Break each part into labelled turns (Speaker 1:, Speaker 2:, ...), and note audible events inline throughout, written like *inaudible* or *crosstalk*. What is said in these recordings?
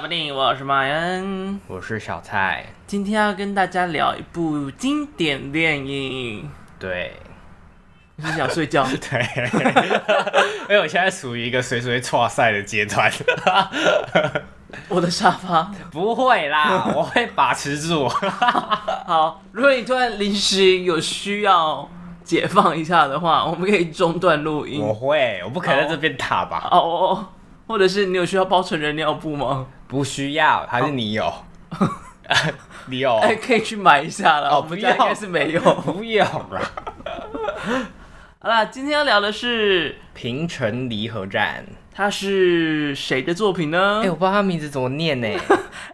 Speaker 1: 不定，我是马恩。
Speaker 2: 我是小蔡，
Speaker 1: 今天要跟大家聊一部经典电影。
Speaker 2: 对
Speaker 1: 你是想睡觉？
Speaker 2: 对， *laughs* 因为我现在处于一个随随错赛的阶段，
Speaker 1: 我的沙发。
Speaker 2: *laughs* 不会啦，我会把持住。
Speaker 1: 好，如果你突然临时有需要解放一下的话，我们可以中断录音。
Speaker 2: *laughs* 我
Speaker 1: 哦
Speaker 2: 会，我不可能在这边打吧？
Speaker 1: 哦哦，或者是你有需要包成人尿布吗？
Speaker 2: 不需要，还是你 *laughs* 有？你有？
Speaker 1: 哎、可以去买一下了。
Speaker 2: 哦
Speaker 1: 我们
Speaker 2: 不
Speaker 1: 家应该
Speaker 2: 要
Speaker 1: 是没有。
Speaker 2: 不用啦。
Speaker 1: 好啦，今天要聊的是
Speaker 2: 平城离合站，
Speaker 1: 它是谁的作品呢
Speaker 2: 哎、？我不知道他名字怎么念 *laughs* 呢、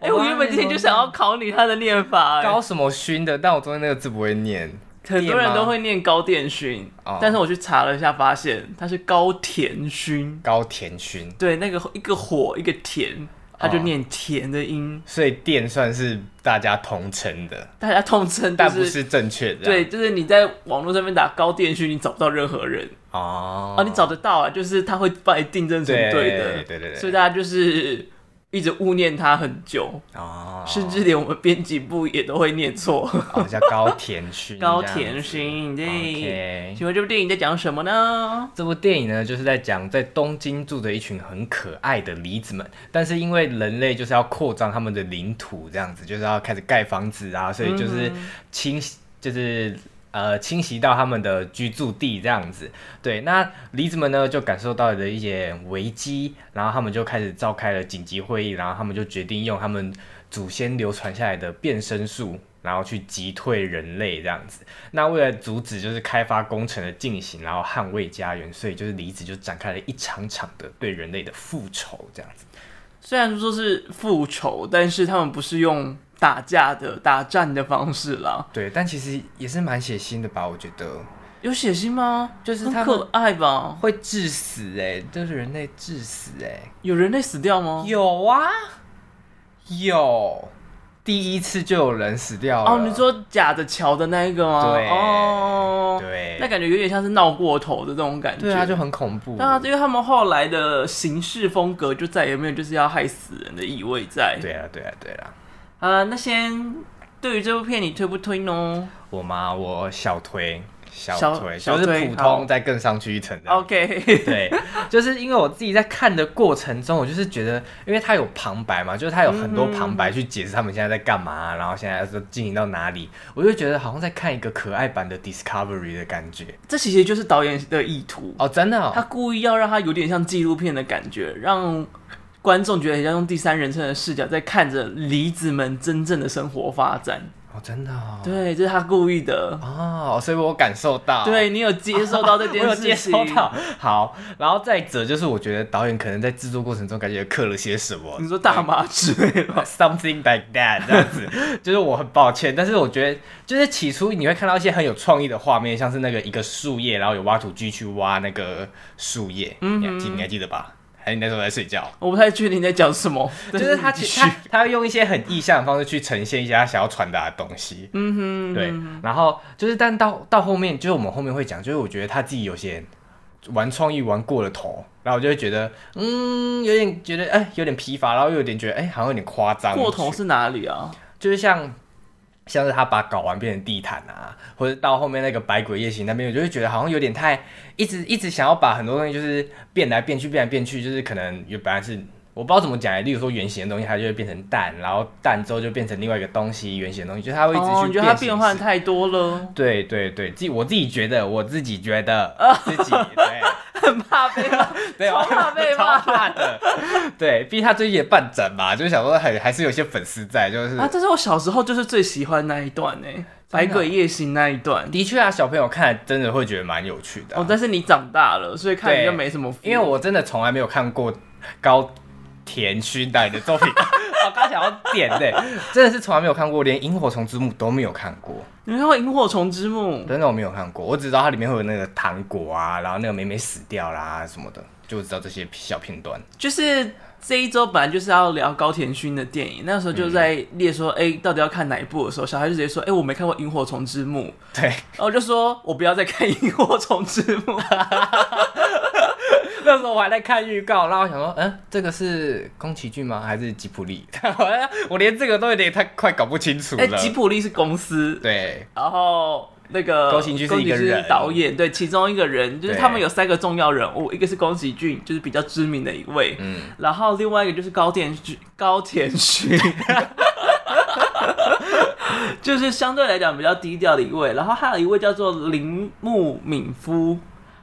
Speaker 1: 哎、我原本今天就想要考你它的念法、哎
Speaker 2: 高什么勋的，但我中间那个字不会念。
Speaker 1: 很多人都
Speaker 2: 念吗
Speaker 1: 会念高电勋，
Speaker 2: 哦
Speaker 1: 但是我去查了一下，发现它是高田勋。
Speaker 2: 高田勋，
Speaker 1: 对，那个一个火一个田，它就
Speaker 2: 哦
Speaker 1: 念田的音，
Speaker 2: 所以电算是大家同称的，
Speaker 1: 大家统称就
Speaker 2: 但不
Speaker 1: 是。
Speaker 2: 是正确的。
Speaker 1: 对，就是你在网络上面打高电勋，你找不到任何人
Speaker 2: 哦
Speaker 1: 啊，你找得到啊，就是他会把你订正成
Speaker 2: 对
Speaker 1: 对的，
Speaker 2: 对对对
Speaker 1: 所以大家就是一直误念他很久，
Speaker 2: 哦，
Speaker 1: 甚至连我们编辑部也都会念
Speaker 2: *laughs*
Speaker 1: 错。，
Speaker 2: 哦叫高田勋
Speaker 1: *laughs* 高田。勋，对
Speaker 2: OK
Speaker 1: 请问这部电影在讲什么呢？
Speaker 2: 这部电影呢，就是在讲在东京住着一群很可爱的梨子们，但是因为人类就是要扩张他们的领土，这样子就是要开始盖房子啊，所以就是侵袭，就是呃侵袭到他们的居住地这样子。对，那梨子们呢就感受到了一些危机，然后他们就开始召开了紧急会议，然后他们就决定用他们祖先流传下来的变身术，然后去击退人类这样子。那为了阻止就是开发工程的进行，然后捍卫家园，所以就是离子就展开了一场场的对人类的复仇这样子。
Speaker 1: 虽然说是复仇，但是他们不是用打架的打战的方式啦，
Speaker 2: 对，但其实也是蛮血腥的吧？我觉得
Speaker 1: 有血腥吗？
Speaker 2: 就是
Speaker 1: 很
Speaker 2: 他们
Speaker 1: 可爱吧？
Speaker 2: 会致死哎、就是人类致死哎、
Speaker 1: 有人类死掉吗？
Speaker 2: 有啊，有，第一次就有人死掉了。
Speaker 1: 哦，你说假的桥的那一个吗？
Speaker 2: 对
Speaker 1: 哦，
Speaker 2: 对
Speaker 1: 那感觉有点像是闹过头的这种感觉。
Speaker 2: 对啊，就很恐怖。
Speaker 1: 对啊，因为他们后来的行事风格就再也没有就是要害死人的意味在。
Speaker 2: 对啊，对啊，对啊，
Speaker 1: 啊、那先对于这部片你推不推呢
Speaker 2: 我妈我小推小
Speaker 1: 小
Speaker 2: 推，
Speaker 1: 小
Speaker 2: 就
Speaker 1: 推
Speaker 2: 是普
Speaker 1: 好
Speaker 2: 通再更上去一层这样子。
Speaker 1: ？OK， *laughs*
Speaker 2: 对，啊就是因为我自己在看的过程中，我就是觉得，因为它有旁白嘛，就是它有很多旁
Speaker 1: 嗯
Speaker 2: 白去解释他们现在在干嘛、啊然后现在是进行到哪里，我就觉得好像在看一个可爱版的 Discovery 的感觉。
Speaker 1: 这其实就是导演的意图。
Speaker 2: 哦，真的、
Speaker 1: 他
Speaker 2: 哦，
Speaker 1: 故意要让他有点像纪录片的感觉，让观众觉得很像用第三人称的视角在看着梨子们真正的生活发展。
Speaker 2: 哦，真的哦，
Speaker 1: 对，这是他故意的。
Speaker 2: 哦，所以我感受到，。
Speaker 1: 对你有接受到这
Speaker 2: *laughs* 我
Speaker 1: 件
Speaker 2: 有
Speaker 1: 事情？
Speaker 2: 接收到，好，然后再者就是，我觉得导演可能在制作过程中感觉刻了些什么
Speaker 1: 你说大麻之类的吗？
Speaker 2: ，something like that 这样子， *laughs* 就是我很抱歉，但是我觉得就是起初你会看到一些很有创意的画面，像是那个一个树叶，然后有挖土机去挖那个树叶，
Speaker 1: 嗯
Speaker 2: 你还记你还记得吧？还是你那时候在睡
Speaker 1: *laughs*
Speaker 2: 觉？
Speaker 1: 我不太确定你在讲什么。
Speaker 2: *laughs* 就
Speaker 1: 但
Speaker 2: 是他
Speaker 1: 继续
Speaker 2: 其他他会用一些很意象的方式去呈现一些他想要传达的东西，
Speaker 1: 嗯哼，
Speaker 2: 对，然后就是，但到到后面，就是我们后面会讲，就是我觉得他自己有些玩创意玩过了头，然后我就会觉得，嗯，有点觉得，哎、有点疲乏，然后又有点觉得，哎、好像有点夸张。
Speaker 1: 过头是哪里啊？
Speaker 2: 就是像像是他把睾丸变成地毯啊，或者到后面那个百鬼夜行那边，我就会觉得好像有点太一直一直想要把很多东西就是变来变去，变来变去，就是可能原本来是。我不知道怎么讲，例如说圆形的东西，它就会变成蛋，然后蛋之后就变成另外一个东西，圆形的东西，就是它会一直去
Speaker 1: 哦，你觉得他
Speaker 2: 变
Speaker 1: 变
Speaker 2: 形
Speaker 1: 换太多
Speaker 2: *laughs*
Speaker 1: 了，
Speaker 2: 对对对，自己我自己觉得，我自己觉得自己对
Speaker 1: 很怕被骂，
Speaker 2: 对，
Speaker 1: 超怕被
Speaker 2: *laughs* 超
Speaker 1: 骂。
Speaker 2: 怕的，对，毕竟他最近也办展嘛，就是想说还还是有些粉丝在，就是、
Speaker 1: *laughs* 啊，这是我小时候就是最喜欢那一段呢、
Speaker 2: 啊
Speaker 1: 百鬼夜行那一段。
Speaker 2: 的确啊，小朋友看真的会觉得蛮有趣的啊、
Speaker 1: 哦，但是你长大了，所以看你
Speaker 2: 对
Speaker 1: 就没什么 feel。
Speaker 2: 因为我真的从来没有看过高田勋导演的 *laughs* 作品，我刚想要点对，真的是从来没有看过，连《萤火虫之墓》都没有看过，
Speaker 1: 你看过《萤火虫之墓》，
Speaker 2: 真的我没有看过，我只知道它里面会有那个糖果啊，然后那个妹妹死掉啦什么的，就知道这些小片段。
Speaker 1: 就是这一周本来就是要聊高田勋的电影，那时候就在列说，哎、到底要看哪一部的时候，小孩就直接说，哎、我没看过《萤火虫之墓》，
Speaker 2: 对，
Speaker 1: 然后我就说我不要再看《萤火虫之墓》，
Speaker 2: 那 *laughs* 那时候我还在看预告，然后我想说， *laughs* 嗯，这个是宫崎骏吗？还是吉普力？ *laughs* 我连这个都有点太快搞不清楚
Speaker 1: *laughs* 哎、
Speaker 2: 了。
Speaker 1: 吉普力是公司，
Speaker 2: 对
Speaker 1: 然后那个
Speaker 2: 宫崎骏是一个人
Speaker 1: 宫崎骏是导演，对，其中一个人就是
Speaker 2: 对
Speaker 1: 他们有三个重要人物，一个是宫崎骏，就是比较知名的一位，
Speaker 2: 嗯
Speaker 1: 然后另外一个就是高田勋，高田勋。 *laughs* 就是相对来讲比较低调的一位，然后还有一位叫做铃木敏夫，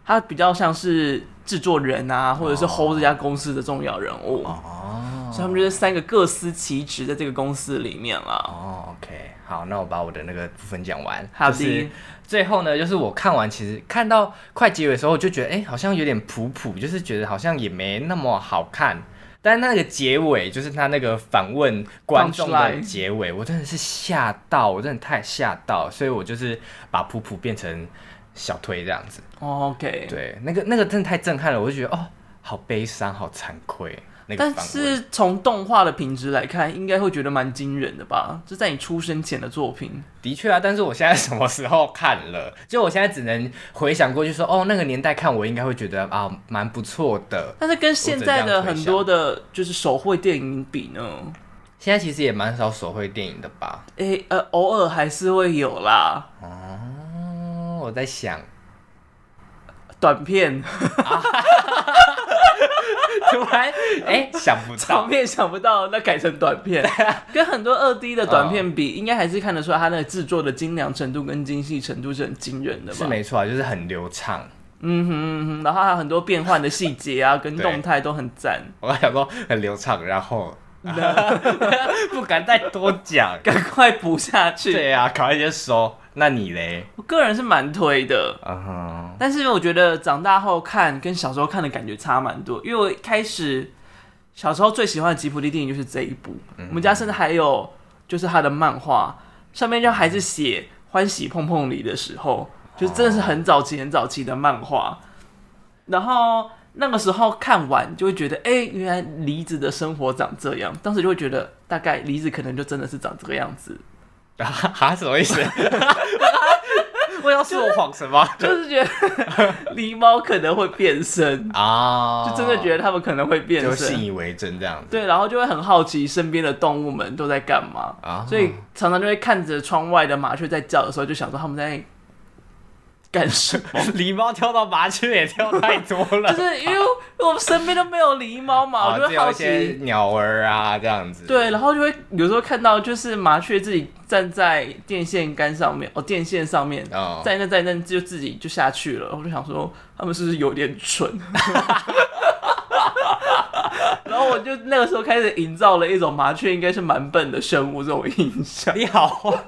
Speaker 1: 他比较像是制作人啊，或者是 hold 这家公司的重要人物，
Speaker 2: 哦
Speaker 1: 所以他们就是三个各司其职在这个公司里面啦。
Speaker 2: 哦，OK，好，那我把我的那个部分讲完。
Speaker 1: 好
Speaker 2: 就
Speaker 1: 的
Speaker 2: 是最后呢，就是我看完，其实看到快结尾的时候，我就觉得，哎、好像有点普普，就是觉得好像也没那么好看。但那个结尾，就是他那个反问观众的
Speaker 1: Punchline
Speaker 2: 结尾，我真的是吓到，我真的太吓到，所以我就是把普普变成小推这样子。
Speaker 1: 哦 OK，
Speaker 2: 对，那个那个真的太震撼了，我就觉得哦，好悲伤，好惭愧。那个
Speaker 1: 但
Speaker 2: 反问
Speaker 1: 是从动画的品质来看，应该会觉得蛮惊人的吧？就在你出生前的作品，
Speaker 2: 的确啊，但是我现在什么时候看了？ *laughs* 就我现在只能回想过去说，哦，那个年代看我应该会觉得啊，蛮不错的。
Speaker 1: 但是跟现在的很多的，就是手绘电影比呢，
Speaker 2: 现在其实也蛮少手绘电影的吧？
Speaker 1: 诶、呃，偶尔还是会有啦，
Speaker 2: 嗯，我在想， *laughs*
Speaker 1: 短片、 *laughs*
Speaker 2: 突然哎、想不
Speaker 1: 长
Speaker 2: 到，
Speaker 1: 片想不到，那改成短
Speaker 2: *laughs*
Speaker 1: 片，跟很多二 D 的短片
Speaker 2: 哦
Speaker 1: 比，应该还是看得出来它那个制作的精良程度跟精细程度是很惊人的
Speaker 2: 是
Speaker 1: 吧？
Speaker 2: 没错啊，就是很流畅。
Speaker 1: 嗯哼嗯哼，然后还有很多变换的细节啊，跟
Speaker 2: 对
Speaker 1: 动态都很赞。 *laughs*
Speaker 2: 我刚想说很流畅，然后 *laughs* 不敢再多讲。
Speaker 1: *laughs* 赶快补下去！
Speaker 2: 对啊，赶快就收。那你嘞？
Speaker 1: 我个人是蛮推的，
Speaker 2: 嗯哼，
Speaker 1: 但是我觉得长大后看跟小时候看的感觉差蛮多，因为我一开始小时候最喜欢的吉卜力电影就是这一部，
Speaker 2: 嗯
Speaker 1: 我们家甚至还有就是他的漫画，上面就还是写《欢喜碰碰里》的时候，就真的是很早期很早期的漫画，然后。那个时候看完就会觉得，哎、原来梨子的生活长这样。当时就会觉得，大概梨子可能就真的是长这个样子，
Speaker 2: *laughs* 哈，什么意
Speaker 1: *laughs*
Speaker 2: 思？ *laughs* 我要说谎什么
Speaker 1: 就是觉得 *laughs* 狸猫可能会变身，
Speaker 2: 啊？
Speaker 1: 就真的觉得他们可能会变
Speaker 2: 就
Speaker 1: 身
Speaker 2: 信。以为真这样子。
Speaker 1: 对，然后就会很好奇身边的动物们都在干嘛，
Speaker 2: 啊
Speaker 1: 所以常常就会看着窗外的麻雀在叫的时候，就想说他们在干什
Speaker 2: *laughs*
Speaker 1: 么。
Speaker 2: 狸猫跳到麻雀也跳太多了，
Speaker 1: 就是因为我们身边都没有狸猫嘛，
Speaker 2: 啊
Speaker 1: 我就
Speaker 2: 只
Speaker 1: 会
Speaker 2: 有
Speaker 1: 好
Speaker 2: 一些
Speaker 1: 奇。
Speaker 2: 鸟儿啊这样子。
Speaker 1: 对，然后就会有时候看到就是麻雀自己站在电线杆上面，哦，电线上面，
Speaker 2: 哦
Speaker 1: 站一站站一站就自己就下去了。我就想说他们是不是有点蠢？ *laughs* 然后我就那个时候开始营造了一种麻雀应该是蛮笨的生物这种印象。
Speaker 2: 你好啊，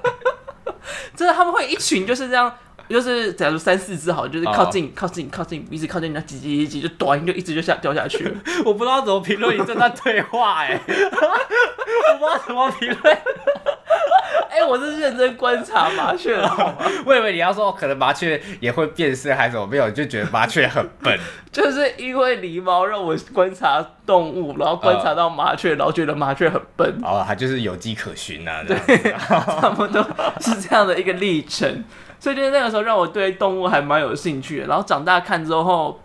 Speaker 1: 真的他们会一群就是这样，就是假如三四只好，就是
Speaker 2: 哦
Speaker 1: 靠近、靠近靠近，一直靠近，然后挤挤挤挤，就短就一直就下掉下去了。
Speaker 2: *laughs*
Speaker 1: *laughs*
Speaker 2: 我不知道怎么评论你这段对话哎、 *laughs* 我不知道怎么评论。
Speaker 1: 哎、我是认真观察麻雀的好吗？
Speaker 2: 我以为你要说可能麻雀也会变身还是怎么，没有就觉得麻雀很 *laughs* 笨。
Speaker 1: 就是因为狸猫让我观察动物，然后观察到麻雀，然后觉得麻雀很笨，
Speaker 2: 哦，它就是有迹可循啊。这样子 *laughs*
Speaker 1: 差不多是这样的一个历程。所以就是那个时候让我对动物还蛮有兴趣的。然后长大看之后，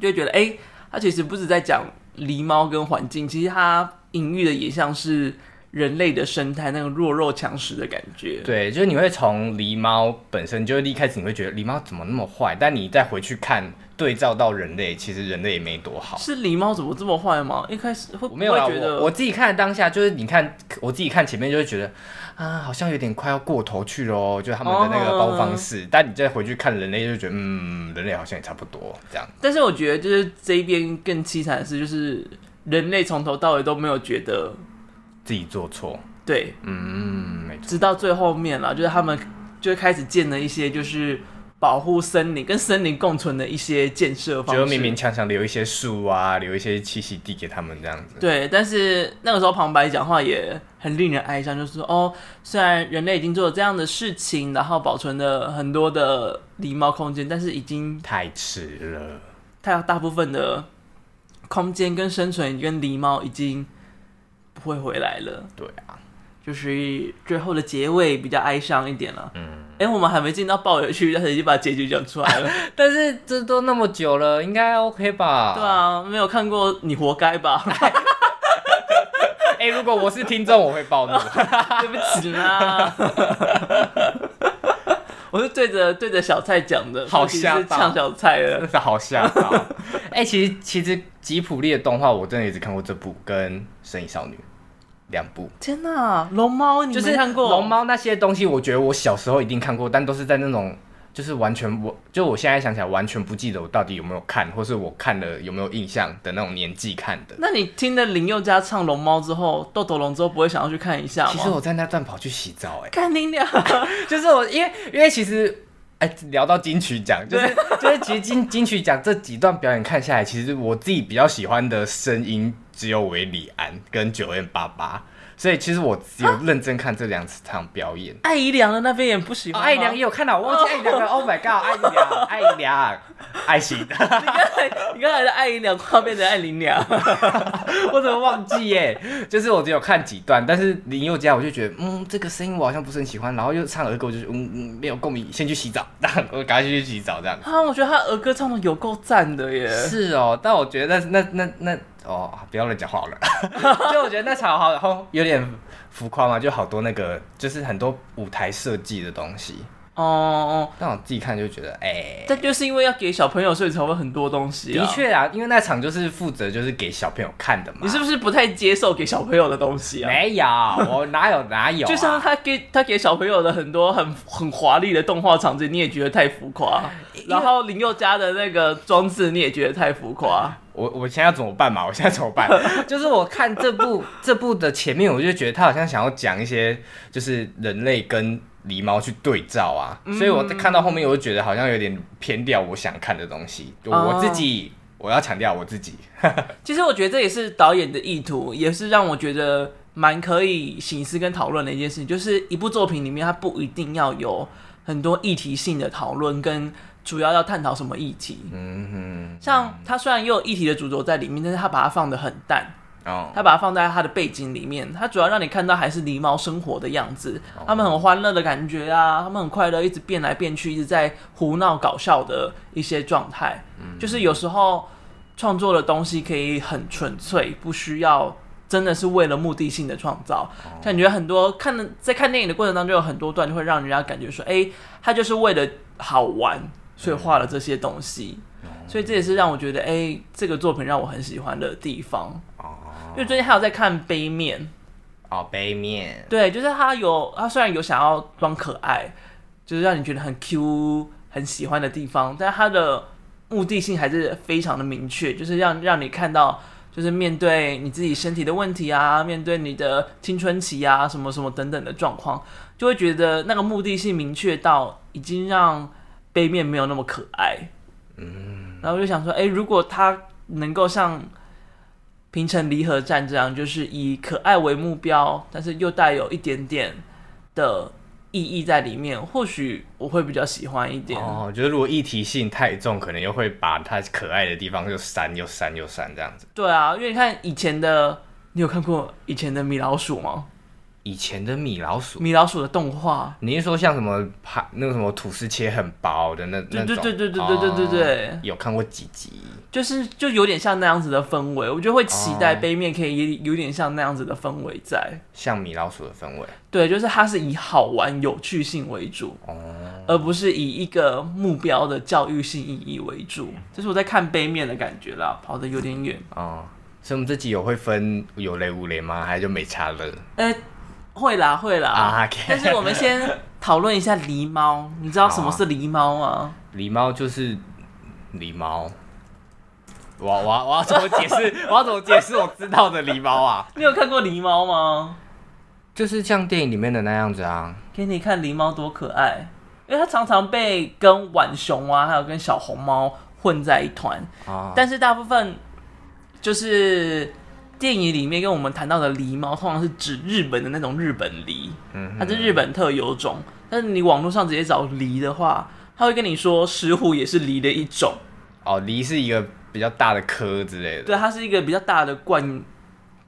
Speaker 1: 就会觉得，哎、它其实不止在讲狸猫跟环境，其实它隐喻的也像是人类的生态那个弱肉强食的感觉。
Speaker 2: 对，就是你会从狸猫本身，就是一开始你会觉得狸猫怎么那么坏，但你再回去看对照到人类，其实人类也没多好。
Speaker 1: 是狸猫怎么这么坏吗？一开始会
Speaker 2: 我
Speaker 1: 不
Speaker 2: 没
Speaker 1: 会
Speaker 2: 有啦，
Speaker 1: 觉得
Speaker 2: 我我自己看当下就是你看我自己看前面就会觉得啊，好像有点快要过头去了哦，就是他们的那个包方式。但你再回去看人类，就觉得嗯，人类好像也差不多这样。
Speaker 1: 但是我觉得就是这一边更凄惨的是，就是人类从头到尾都没有觉得
Speaker 2: 自己做错，
Speaker 1: 对，
Speaker 2: 嗯，没错，
Speaker 1: 直到最后面了，就是他们就开始建了一些就是保护森林跟森林共存的一些建设方
Speaker 2: 就
Speaker 1: 式。
Speaker 2: 勉勉强强留一些树啊，留一些栖息地给他们这样子。
Speaker 1: 对，但是那个时候旁白讲话也很令人哀伤，就是说哦，虽然人类已经做了这样的事情，然后保存了很多的狸猫空间，但是已经
Speaker 2: 太迟了，
Speaker 1: 它大部分的空间跟生存跟狸猫已经不会回来了。
Speaker 2: 对啊，
Speaker 1: 就是最后的结尾比较哀伤一点了。嗯，哎、我们还没进到爆雷区，但是已经把结局讲出来了。
Speaker 2: 但是这都那么久了，应该 OK 吧？
Speaker 1: 对。啊，没有看过你活该
Speaker 2: *laughs*
Speaker 1: 吧？
Speaker 2: 哎、如果我是听众，我会暴怒。
Speaker 1: 对不起
Speaker 2: *laughs*
Speaker 1: 啦。我是对着对着小蔡讲的，
Speaker 2: 好
Speaker 1: 其实
Speaker 2: 吓
Speaker 1: 是
Speaker 2: 到
Speaker 1: 呛小蔡
Speaker 2: 真
Speaker 1: 的。
Speaker 2: 是好吓到！ *laughs* 哎、其实其实吉普力的动画我真的也只看过这部跟《神隐少女》两部，
Speaker 1: 天哪，龙猫你
Speaker 2: 就是
Speaker 1: 没看过？
Speaker 2: 龙，猫那些东西，我觉得我小时候一定看过，但都是在那种就是完全我就我现在想起来完全不记得我到底有没有看，或是我看了有没有印象的那种年纪看的。
Speaker 1: 那你听了林宥嘉唱龙猫之后，豆豆龙之后不会想要去看一下吗？
Speaker 2: 其实我在那段跑去洗澡、哎，
Speaker 1: 干你俩，
Speaker 2: *laughs* 就是我因为因为其实。哎，聊到金曲奖，就是 *laughs* 就是，其实金金曲奖这几段表演看下来，其实我自己比较喜欢的声音只有韦礼安跟九 N 八八，所以其实我只有认真看这两场表演。
Speaker 1: 艾怡良的那边也不喜
Speaker 2: 哦，
Speaker 1: 欢吗。
Speaker 2: 艾良也有看到，我忘记艾良了。Oh my god，艾良，艾良，爱心，
Speaker 1: 你刚才的艾怡良快要变成艾琳良，
Speaker 2: *laughs* 我怎么忘记耶？就是我只有看几段，但是林宥嘉我就觉得，嗯，这个声音我好像不是很喜欢，然后又唱儿歌，我就觉得嗯嗯没有共鸣，先去洗澡，然后我赶快去洗澡这样。
Speaker 1: 啊，我觉得他儿歌唱的有够赞的耶。
Speaker 2: 是哦，但我觉得那那那那哦，不要乱讲话好了。 *laughs* 就我觉得那场好好有点浮夸嘛，就好多那个就是很多舞台设计的东西，
Speaker 1: 哦哦，
Speaker 2: 但我自己看就觉得哎。
Speaker 1: 但就是因为要给小朋友，所以才会很多东西、啊。
Speaker 2: 的，确啊，因为那场就是负责就是给小朋友看的嘛。
Speaker 1: 你是不是不太接受给小朋友的东西啊？
Speaker 2: 没有，我哪有哪有啊、
Speaker 1: 就像他给他给小朋友的很多很很华丽的动画场景，你也觉得太浮夸。然后林宥嘉的那个装置，你也觉得太浮夸。
Speaker 2: 我我现在要怎么办嘛？我 *laughs* 现在怎么办？就是我看这 *laughs* 部这部的前面，我就觉得他好像想要讲一些就是人类跟狸猫去对照啊，所以我看到后面，我就觉得好像有点偏掉我想看的东西。我自己、我要强调我自己，
Speaker 1: 其实我觉得这也是导演的意图，也是让我觉得蛮可以醒思跟讨论的一件事情。就是一部作品里面，它不一定要有很多议题性的讨论，跟主要要探讨什么议题。
Speaker 2: 嗯
Speaker 1: 像它虽然也有议题的主轴在里面，但是它把它放得很淡。
Speaker 2: 哼，哦，
Speaker 1: 他把它放在他的背景里面，他主要让你看到还是狸猫生活的样子，他们很欢乐的感觉啊，他们很快乐，一直变来变去，一直在胡闹搞笑的一些状态。就是有时候创作的东西可以很纯粹，不需要真的是为了目的性的创造。像你觉得很多看的在看电影的过程当中，有很多段就会让人家感觉说，哎、他就是为了好玩，所以画了这些东西。所以这也是让我觉得，哎、这个作品让我很喜欢的地方。因为最近还有在看杯面，
Speaker 2: 哦，杯面，
Speaker 1: 对，就是他有他虽然有想要装可爱，就是让你觉得很 Q 很喜欢的地方，但他的目的性还是非常的明确，就是让让你看到。就是面对你自己身体的问题啊，面对你的青春期啊，什么什么等等的状况，就会觉得那个目的性明确到已经让杯面没有那么可爱。嗯，然后我就想说，哎、如果他能够像平成离合战这样，就是以可爱为目标，但是又带有一点点的意义在里面，或许我会比较喜欢一点。
Speaker 2: 哦，就是如果议题性太重，可能又会把它可爱的地方又删又删又删这样子。
Speaker 1: 对啊，因为你看以前的，你有看过以前的米老鼠吗？
Speaker 2: 以前的米老鼠。
Speaker 1: 米老鼠的动画，
Speaker 2: 你是说像什么排那个什么吐司切很薄的那
Speaker 1: 对
Speaker 2: 那种？
Speaker 1: 对对对对对对对对
Speaker 2: 哦有看过几集？
Speaker 1: 就是就有点像那样子的氛围，我就会期待
Speaker 2: 哦
Speaker 1: 杯面可以有点像那样子的氛围在。
Speaker 2: 像米老鼠的氛围
Speaker 1: 对，就是它是以好玩、有趣性为主，
Speaker 2: 哦
Speaker 1: 而不是以一个目标的教育性意义为主。这是我在看杯面的感觉啦，跑得有点远。
Speaker 2: 哦，所以我们这集有会分有雷无雷吗？还是就没差了？
Speaker 1: 呃，会啦，会啦。
Speaker 2: 啊，OK
Speaker 1: 但是我们先讨论一下狸猫，你知道什么是狸猫
Speaker 2: *laughs*
Speaker 1: 吗？
Speaker 2: 狸猫就是狸猫。我我我要怎么
Speaker 1: *laughs*
Speaker 2: 解释？我要怎么解释我知道的狸猫啊？
Speaker 1: 你有看过狸猫吗？
Speaker 2: 就是像电影里面的那样子啊。
Speaker 1: 给你看狸猫多可爱，因为它常常被跟浣熊啊，还有跟小红猫混在一团。
Speaker 2: 啊，
Speaker 1: 但是大部分就是电影里面跟我们谈到的狸猫，通常是指日本的那种日本狸，
Speaker 2: 嗯
Speaker 1: 它是日本特有种。但是你网络上直接找狸的话，他会跟你说石虎也是狸的一种，
Speaker 2: 哦，狸是一个比较大的科之类的。
Speaker 1: 对，它是一个比较大的冠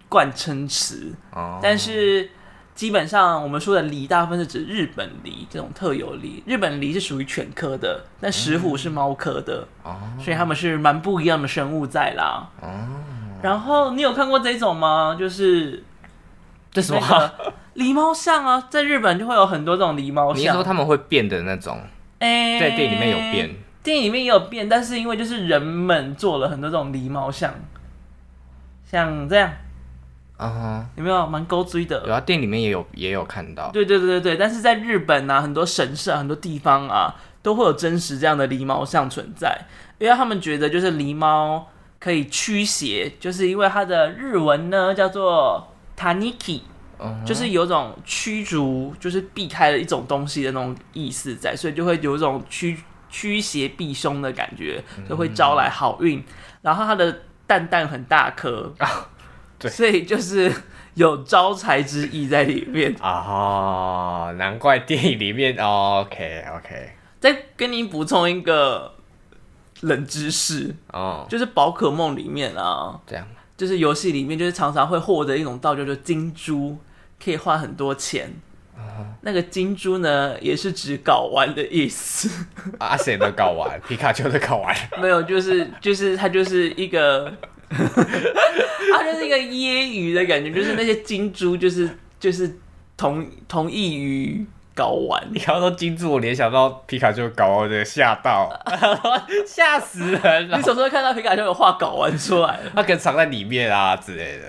Speaker 1: 冠称词。
Speaker 2: 哦，
Speaker 1: 但是基本上我们说的梨，大部分是指日本梨这种特有梨。日本梨是属于犬科的，但石虎
Speaker 2: 嗯
Speaker 1: 是猫科的，
Speaker 2: 哦
Speaker 1: 所以它们是蛮不一样的生物在啦。然后你有看过这种吗？就是
Speaker 2: 这什么？
Speaker 1: 那个狸猫像啊，在日本就会有很多这种狸猫
Speaker 2: 你是
Speaker 1: 像
Speaker 2: 说。他们会变的那种，
Speaker 1: 哎、
Speaker 2: 在店里面有变，
Speaker 1: 电影里面也有变，但是因为就是人们做了很多这种狸猫像，像这样
Speaker 2: 啊、
Speaker 1: 有没有蛮勾追的？
Speaker 2: 有啊，店里面也有也有看到，
Speaker 1: 对对对对对，但是在日本啊，很多神社、很多地方啊，都会有真实这样的狸猫像存在，因为他们觉得就是狸猫可以驱邪，就是因为它的日文呢叫做 taniki，、
Speaker 2: 嗯
Speaker 1: 就是有种驱逐，就是避开了一种东西的那种意思在，所以就会有一种驱驱邪避凶的感觉，
Speaker 2: 嗯
Speaker 1: 就会招来好运。然后它的蛋蛋很大颗，
Speaker 2: 啊对
Speaker 1: 所以就是有招财之意在里面。
Speaker 2: 啊、难怪电影里面、哦、，OK OK，
Speaker 1: 再跟你补充一个冷知识，
Speaker 2: 哦，
Speaker 1: 就是宝可梦里面啊，
Speaker 2: 这样，
Speaker 1: 就是游戏里面，就是常常会获得一种道具，就是金珠，可以换很多钱。那个金珠呢，也是指睾丸的意思， *laughs*
Speaker 2: 啊，谁都搞 *laughs* 完，皮卡丘都搞完，
Speaker 1: 没有，就是就是它就是一个， *laughs* 它就是一个揶揄的感觉，就是那些金珠就是就是同同意于睾丸，
Speaker 2: 你要说金珠，我联想到皮卡丘搞完，我吓到， *laughs* 吓死人了
Speaker 1: 你。什么时候看到皮卡丘有画睾丸出来了？
Speaker 2: 它可能藏在里面啊之类的。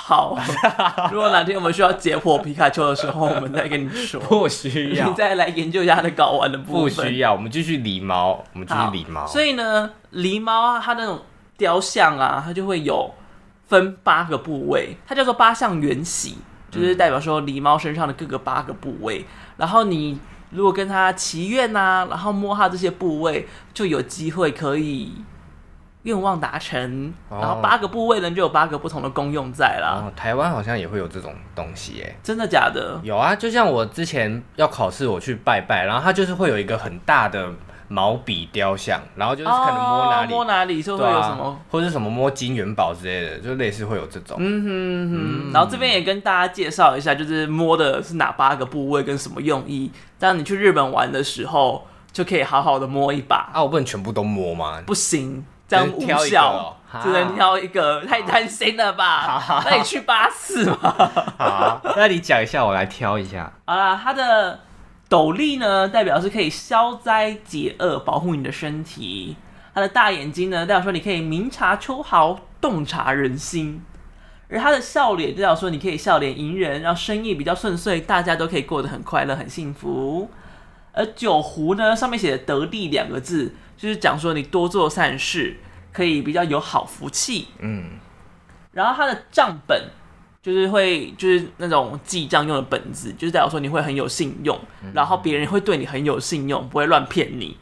Speaker 1: 好， *laughs* 如果哪天我们需要解剖皮卡丘的时候，我们再跟你说，
Speaker 2: *laughs* 不需
Speaker 1: 你再来研究一下它的睾丸的部
Speaker 2: 不
Speaker 1: 分。
Speaker 2: 需要，我们继续狸猫，我们继续
Speaker 1: 好
Speaker 2: 狸猫。
Speaker 1: 所以呢，狸猫啊，它那种雕像啊，它就会有分八个部位，它叫做八项原喜，就是代表说狸猫身上的各个八个部位。然后你如果跟它祈愿呐、然后摸它这些部位，就有机会可以。愿望达成，
Speaker 2: 哦
Speaker 1: 然后八个部位呢就有八个不同的功用在啦，
Speaker 2: 哦，台湾好像也会有这种东西耶。
Speaker 1: 真的假的？
Speaker 2: 有啊，就像我之前要考试，我去拜拜，然后它就是会有一个很大的毛笔雕像，然后就是可能摸哪里，
Speaker 1: 哦、摸哪里就会
Speaker 2: 对
Speaker 1: 有
Speaker 2: 啊，
Speaker 1: 什么。
Speaker 2: 或者什么摸金元宝之类的，就类似会有这种。
Speaker 1: 嗯哼哼，然后这边也跟大家介绍一下，就是摸的是哪八个部位跟什么用意，当你去日本玩的时候就可以好好的摸一把。
Speaker 2: 啊，我不能全部都摸吗？
Speaker 1: 不行，这样无
Speaker 2: 只能挑一个哦
Speaker 1: 效，只能挑一个，太贪心了吧？那你去八次嘛。
Speaker 2: 好，那你讲一下，我来挑一下。
Speaker 1: 好啦，它的斗笠呢，代表是可以消灾解厄，保护你的身体；它的大眼睛呢，代表说你可以明察秋毫，洞察人心；而它的笑脸，代表说你可以笑脸迎人，让生意比较顺遂，大家都可以过得很快乐、很幸福。而酒壶呢，上面写的“得力”两个字，就是讲说你多做善事，可以比较有好福气。
Speaker 2: 嗯，
Speaker 1: 然后它的账本就是会就是那种记账用的本子，就是代表说你会很有信用，然后别人会对你很有信用，不会乱骗你。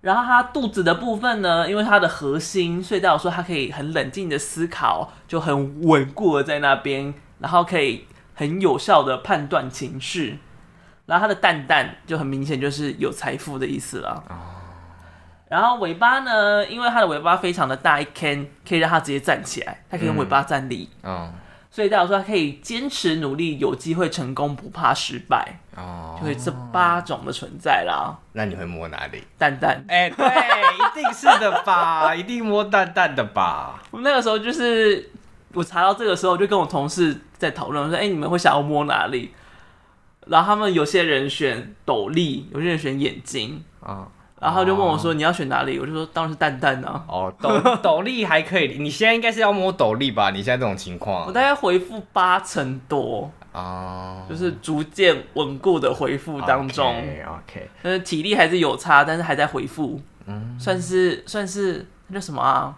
Speaker 1: 然后它肚子的部分呢，因为它的核心，所以代表说它可以很冷静的思考，就很稳固的在那边，然后可以很有效的判断情势。然后它的蛋蛋就很明显就是有财富的意思了。然后尾巴呢，因为它的尾巴非常的大一 can，可以让它直接站起来，它可以用尾巴站立，
Speaker 2: 哦，
Speaker 1: 所以代表说它可以坚持努力，有机会成功，不怕失败，
Speaker 2: 哦，
Speaker 1: 就是这八种的存在啦。
Speaker 2: 那你会摸哪里？
Speaker 1: 蛋蛋，
Speaker 2: 哎、对，一定是的吧， *laughs* 一定摸蛋蛋的吧。
Speaker 1: 我那个时候就是我查到这个时候，就跟我同事在讨论说，哎、你们会想要摸哪里？然后他们有些人选斗笠，有些人选眼睛，
Speaker 2: 啊、
Speaker 1: 然后就问我说、你要选哪里？我就说当然是蛋蛋啊。
Speaker 2: 哦，斗斗笠还可以，你现在应该是要摸斗笠吧？你现在这种
Speaker 1: 我
Speaker 2: 情况
Speaker 1: 大概回复八成多，
Speaker 2: 哦，
Speaker 1: 就是逐渐稳固的回复当中。
Speaker 2: OK，
Speaker 1: 呃，体力还是有差，但是还在回复，
Speaker 2: 嗯
Speaker 1: 算是算是那叫什么啊？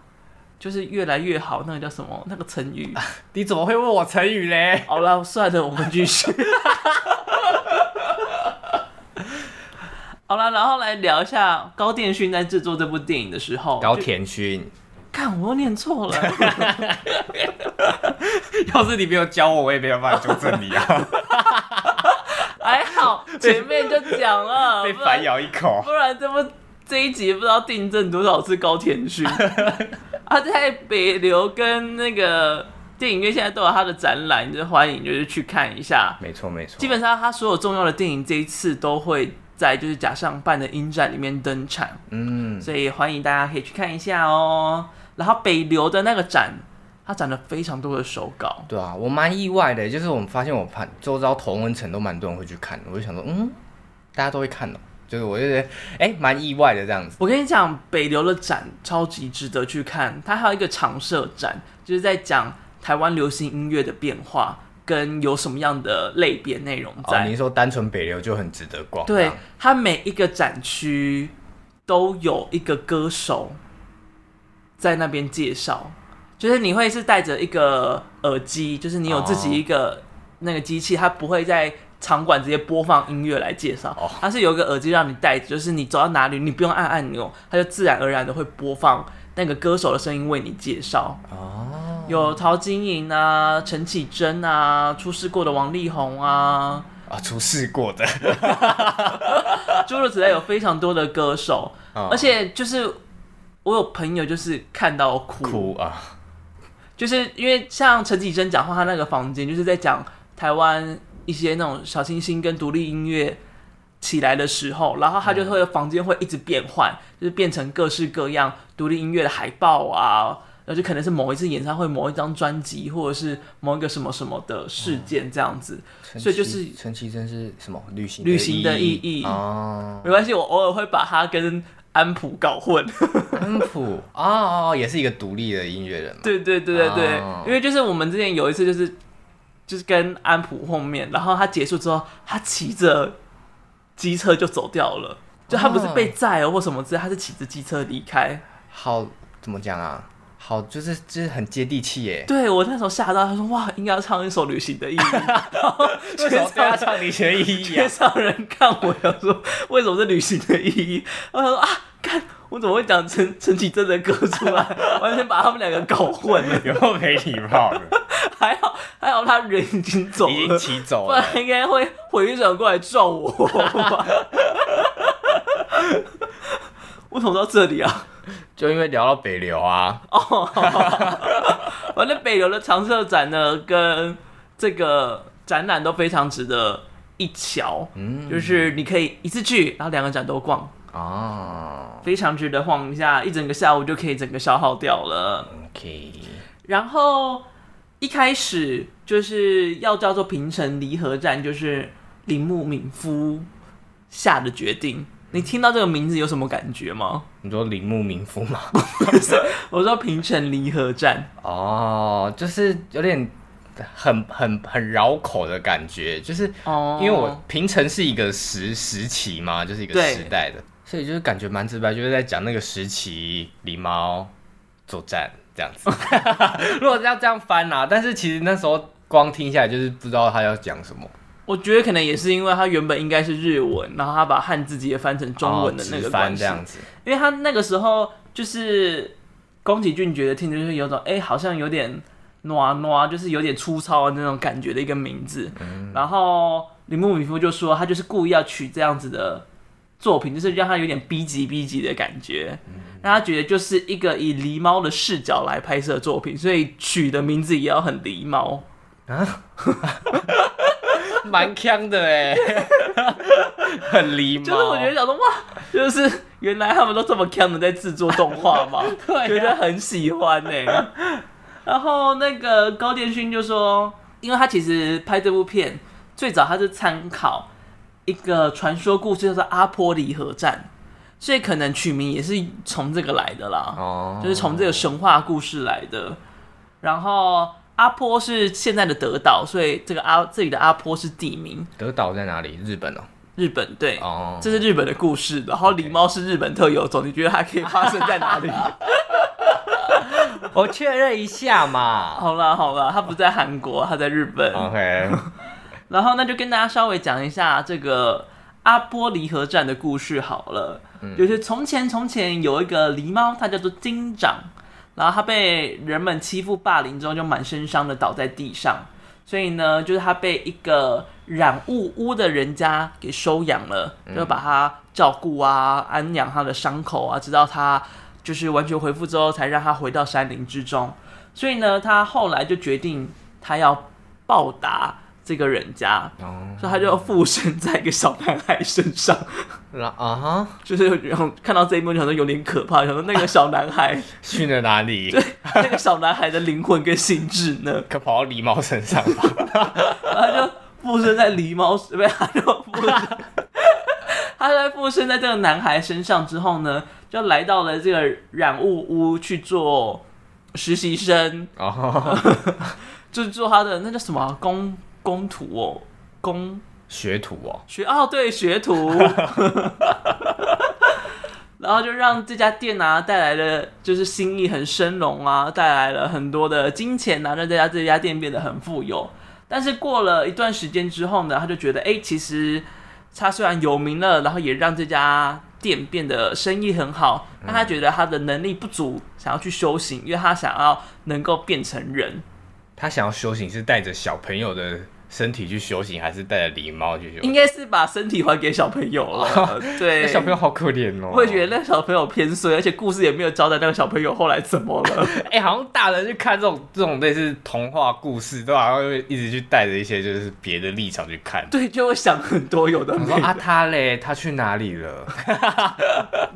Speaker 1: 就是越来越好，那个叫什么？那个成
Speaker 2: *laughs*
Speaker 1: 语。
Speaker 2: 你怎么会问我成语嘞？
Speaker 1: 好了，算了，我们继
Speaker 2: *laughs*
Speaker 1: 续。好了，然后来聊一下高电勋在制作这部电影的时候，
Speaker 2: 高
Speaker 1: 就
Speaker 2: 田勋，
Speaker 1: 看我又念错了，
Speaker 2: *laughs*
Speaker 1: *laughs*
Speaker 2: 要是你没有教我，我也没有办法纠正 *laughs* 你啊，
Speaker 1: 还好前面就讲了，
Speaker 2: *laughs* 被
Speaker 1: 不然
Speaker 2: 反咬一口。
Speaker 1: 不然这不这一集不知道订正多少次高田勋，啊，在北流跟那个电影院现在都有它的展览，就是欢迎就是去看一下。
Speaker 2: 没错没错，
Speaker 1: 基本上它所有重要的电影这一次都会在就是假上办的影展里面登场。
Speaker 2: 嗯，
Speaker 1: 所以欢迎大家可以去看一下哦。然后北流的那个展，它展了非常多的手稿，
Speaker 2: 对啊，我蛮意外的，就是我们发现我看周遭同文层都蛮多人会去看的，我就想说，嗯，大家都会看哦，就是我就觉得哎蛮、意外的这样子，
Speaker 1: 我跟你讲，北流的展超级值得去看，它还有一个常设展，就是在讲台湾流行音乐的变化跟有什么样的类别内容
Speaker 2: 哦，
Speaker 1: 在。
Speaker 2: 您说单纯北流就很值得逛，这
Speaker 1: 对
Speaker 2: 样，
Speaker 1: 它每一个展区都有一个歌手在那边介绍，就是你会是带着一个耳机，就是你有自己一个那个机器，它不会在场馆直接播放音乐来介绍
Speaker 2: 哦，
Speaker 1: 它是有一个耳机让你戴着，就是你走到哪里，你不用按按钮，它就自然而然的会播放那个歌手的声音为你介绍。
Speaker 2: 哦，
Speaker 1: 有陶晶莹啊、陈绮贞啊、出事过的王力宏啊。
Speaker 2: 啊出事过的，
Speaker 1: 诸如此类有非常多的歌手，
Speaker 2: 哦
Speaker 1: 而且就是我有朋友就是看到哭，
Speaker 2: *laughs* 哭啊，
Speaker 1: 就是因为像陈绮贞讲话，她那个房间就是在讲台湾一些那种小清新跟独立音乐。起来的时候，然后她就会房间会一直变换，就是变成各式各样独立音乐的海报啊，然后就可能是某一次演唱会、某一张专辑，或者是某一个什么什么的事件这样子。所以就是
Speaker 2: 陈绮贞是什么旅行
Speaker 1: 旅行的意义
Speaker 2: 哦，
Speaker 1: 没关系，我偶尔会把它跟安普搞混。
Speaker 2: 安普哦哦，哦也是一个独立的音乐人嘛，
Speaker 1: 对对对对对，
Speaker 2: 哦
Speaker 1: 因为就是我们之前有一次就是就是跟安普后面，然后他结束之后，他骑着机车就走掉了，就他不是被载哦或什么之类，他是骑着机车离开。
Speaker 2: 好怎么讲啊？好，就是就是很接地气耶。
Speaker 1: 对我那时候吓到，他说哇，应该要唱一首《旅行的意义》， *laughs* 然后
Speaker 2: 为什
Speaker 1: 全
Speaker 2: 么对他
Speaker 1: 场
Speaker 2: 唱你学意义
Speaker 1: 街
Speaker 2: 啊？
Speaker 1: 上人看我，想说为什么是旅行的意义？然后他说啊，看我怎么会讲陈陈绮贞的歌出来， *laughs* 完全把他们两个搞混了。
Speaker 2: *laughs* 有后没礼貌了，
Speaker 1: 还好还好，他人已经走
Speaker 2: 已
Speaker 1: 了
Speaker 2: 经，骑走
Speaker 1: 不
Speaker 2: 了。
Speaker 1: 然应该会回转过来撞我吧。 *laughs* 为什么到这里啊？
Speaker 2: *laughs* 就因为聊到北流啊，
Speaker 1: 反正北流的常设展呢，跟这个展览都非常值得一瞧。
Speaker 2: 嗯
Speaker 1: 就是你可以一次去，然后两个展都逛，
Speaker 2: 哦
Speaker 1: 非常值得晃一下，一整个下午就可以整个消耗掉了。
Speaker 2: ，OK，
Speaker 1: 然后一开始就是要叫做平城离合站，就是铃木敏夫下的决定。你听到这个名字有什么感觉吗？
Speaker 2: 你说铃木明夫吗？
Speaker 1: 我说平城离合站，
Speaker 2: 哦，就是有点很很很绕口的感觉，就是
Speaker 1: 哦
Speaker 2: 因为我平成是一个时时期嘛，就是一个
Speaker 1: 对
Speaker 2: 时代的，所以就是感觉蛮直白，就是在讲那个时期狸猫作战
Speaker 1: *laughs*
Speaker 2: 这样子。如果要这样翻啦、但是其实那时候光听下来就是不知道他要讲什么
Speaker 1: 我觉得可能也是因为它原本应该是日文，然后他把汉字直接翻成中文的那
Speaker 2: 哦直
Speaker 1: 个关
Speaker 2: 翻
Speaker 1: 系，
Speaker 2: 这样子。
Speaker 1: 因为他那个时候就是宫崎骏觉得听着就是有种哎、诶好像有点暖暖，就是有点粗糙的那种感觉的一个名字。然后铃木敏夫就说他就是故意要取这样子的作品，就是让他有点 B 级 B 级的感觉，让他觉得就是一个以狸猫的视角来拍摄的作品，所以取的名字也要很狸猫。
Speaker 2: 蛮强的哎， *laughs* 很礼貌。
Speaker 1: 欸就是我觉得想说哇，就是原来他们都这么强的在制作动画嘛，
Speaker 2: 对啊
Speaker 1: 觉得很喜欢呢、 *laughs* 然后那个高电勋就说，因为他其实拍这部片最早他是参考一个传说故事，叫做阿波离合战，所以可能取名也是从这个来的啦。
Speaker 2: 哦
Speaker 1: 就是从这个神话故事来的。然后阿波是现在的德岛，所以这个阿这里的阿波是地名，
Speaker 2: 德岛在哪里？日本哦。
Speaker 1: 日本对。
Speaker 2: 哦，
Speaker 1: 这是日本的故事，然后狸猫是日本特有种，你觉得它可以发生在哪里？
Speaker 2: 我确认一下嘛。
Speaker 1: 好啦好啦，它不在韩国，它在日本。
Speaker 2: OK，
Speaker 1: 然后那就跟大家稍微讲一下这个阿波离合站的故事好了。就是从前从前有一个狸猫，它叫做金掌，然后它被人们欺负霸凌之后，就满身伤的倒在地上。所以呢，就是它被一个染物屋的人家给收养了，就把它照顾啊、安养它的伤口啊，直到它就是完全恢复之后，才让它回到山林之中。所以呢，他后来就决定他要报答这个人家，
Speaker 2: 哦，
Speaker 1: 所以他就附身在一个小男孩身上， *laughs*
Speaker 2: 那啊哈，
Speaker 1: 就是然后看到这一幕，就想说有点可怕，想说那个小男孩， *laughs*
Speaker 2: 去了哪里？
Speaker 1: 那个小男孩的灵魂跟心智呢，
Speaker 2: 可跑到狸猫身上吧？
Speaker 1: 他就附身 *laughs* 在狸猫，不是，他就附身，他在附身在这个男孩身上之后呢，就来到了这个染物屋去做实习生，
Speaker 2: *laughs* 哦，
Speaker 1: 就是做他的那叫什么啊工工徒哦，工
Speaker 2: 学徒哦，
Speaker 1: 学哦，对，学徒。 *laughs* 然后就让这家店啊带来了就是心意很深浓啊，带来了很多的金钱啊，让这家这家店变得很富有。但是过了一段时间之后呢，他就觉得，哎，其实他虽然有名了，然后也让这家店变得生意很好，
Speaker 2: 嗯
Speaker 1: 但他觉得他的能力不足，想要去修行，因为他想要能够变成人，
Speaker 2: 他想要修行是带着小朋友的身体去修行，还是带着狸猫去修
Speaker 1: 应
Speaker 2: 行？
Speaker 1: 该是把身体还给小朋友了。
Speaker 2: *laughs*
Speaker 1: 对，
Speaker 2: 那哎小朋友好可怜哦，
Speaker 1: 会觉得那小朋友偏衰，而且故事也没有交代那个小朋友后来怎么
Speaker 2: *laughs*
Speaker 1: 了。
Speaker 2: 哎、好像大人去看这种这种类似童话故事，都好像会一直去带着一些就是别的立场去看。
Speaker 1: 对，就会想很多有的
Speaker 2: 我
Speaker 1: 没
Speaker 2: 说啊，
Speaker 1: 的，
Speaker 2: 他嘞，他去哪里了？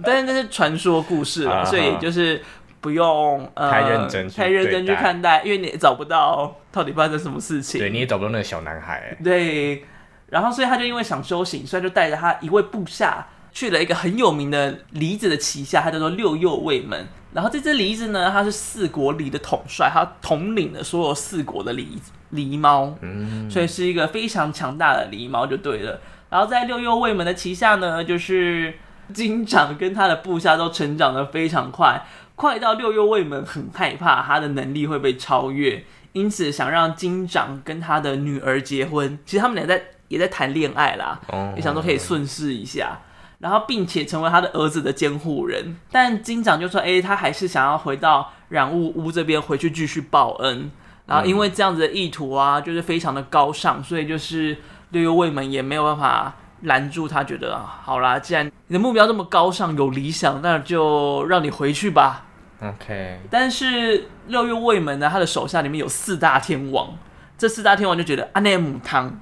Speaker 1: 但是那是传说故事
Speaker 2: 啊
Speaker 1: 啦，
Speaker 2: 哈
Speaker 1: 所以就是不用呃
Speaker 2: 太认真去
Speaker 1: 太认真去
Speaker 2: 对待
Speaker 1: 看待，因为你也找不到到底发生什么事情。
Speaker 2: *laughs* 对，你也找不到那个小男孩、
Speaker 1: 对，然后所以他就因为想修行，所以他就带着他一位部下去了一个很有名的梨子的旗下，他叫做六右卫门。然后这只梨子呢，它是四国梨的统帅，它统领了所有四国的狸狸猫，嗯，所以是一个非常强大的狸猫就对了。然后在六右卫门的旗下呢，就是金长跟他的部下都成长得非常快，快到六右卫门很害怕他的能力会被超越，因此想让金长跟他的女儿结婚。其实他们俩在也在谈恋爱啦，
Speaker 2: 哦
Speaker 1: 也想说可以顺势一下。然后，并且成为他的儿子的监护人，但金长就说：“哎、他还是想要回到染物屋这边，回去继续报恩。”然后，因为这样子的意图啊，就是非常的高尚，所以就是六幽卫门也没有办法拦住他，觉得啊好啦，既然你的目标这么高尚，有理想，那就让你回去吧。
Speaker 2: 哎 OK，
Speaker 1: 但是六月卫门呢，他的手下里面有四大天王，这四大天王就觉得啊阿内姆汤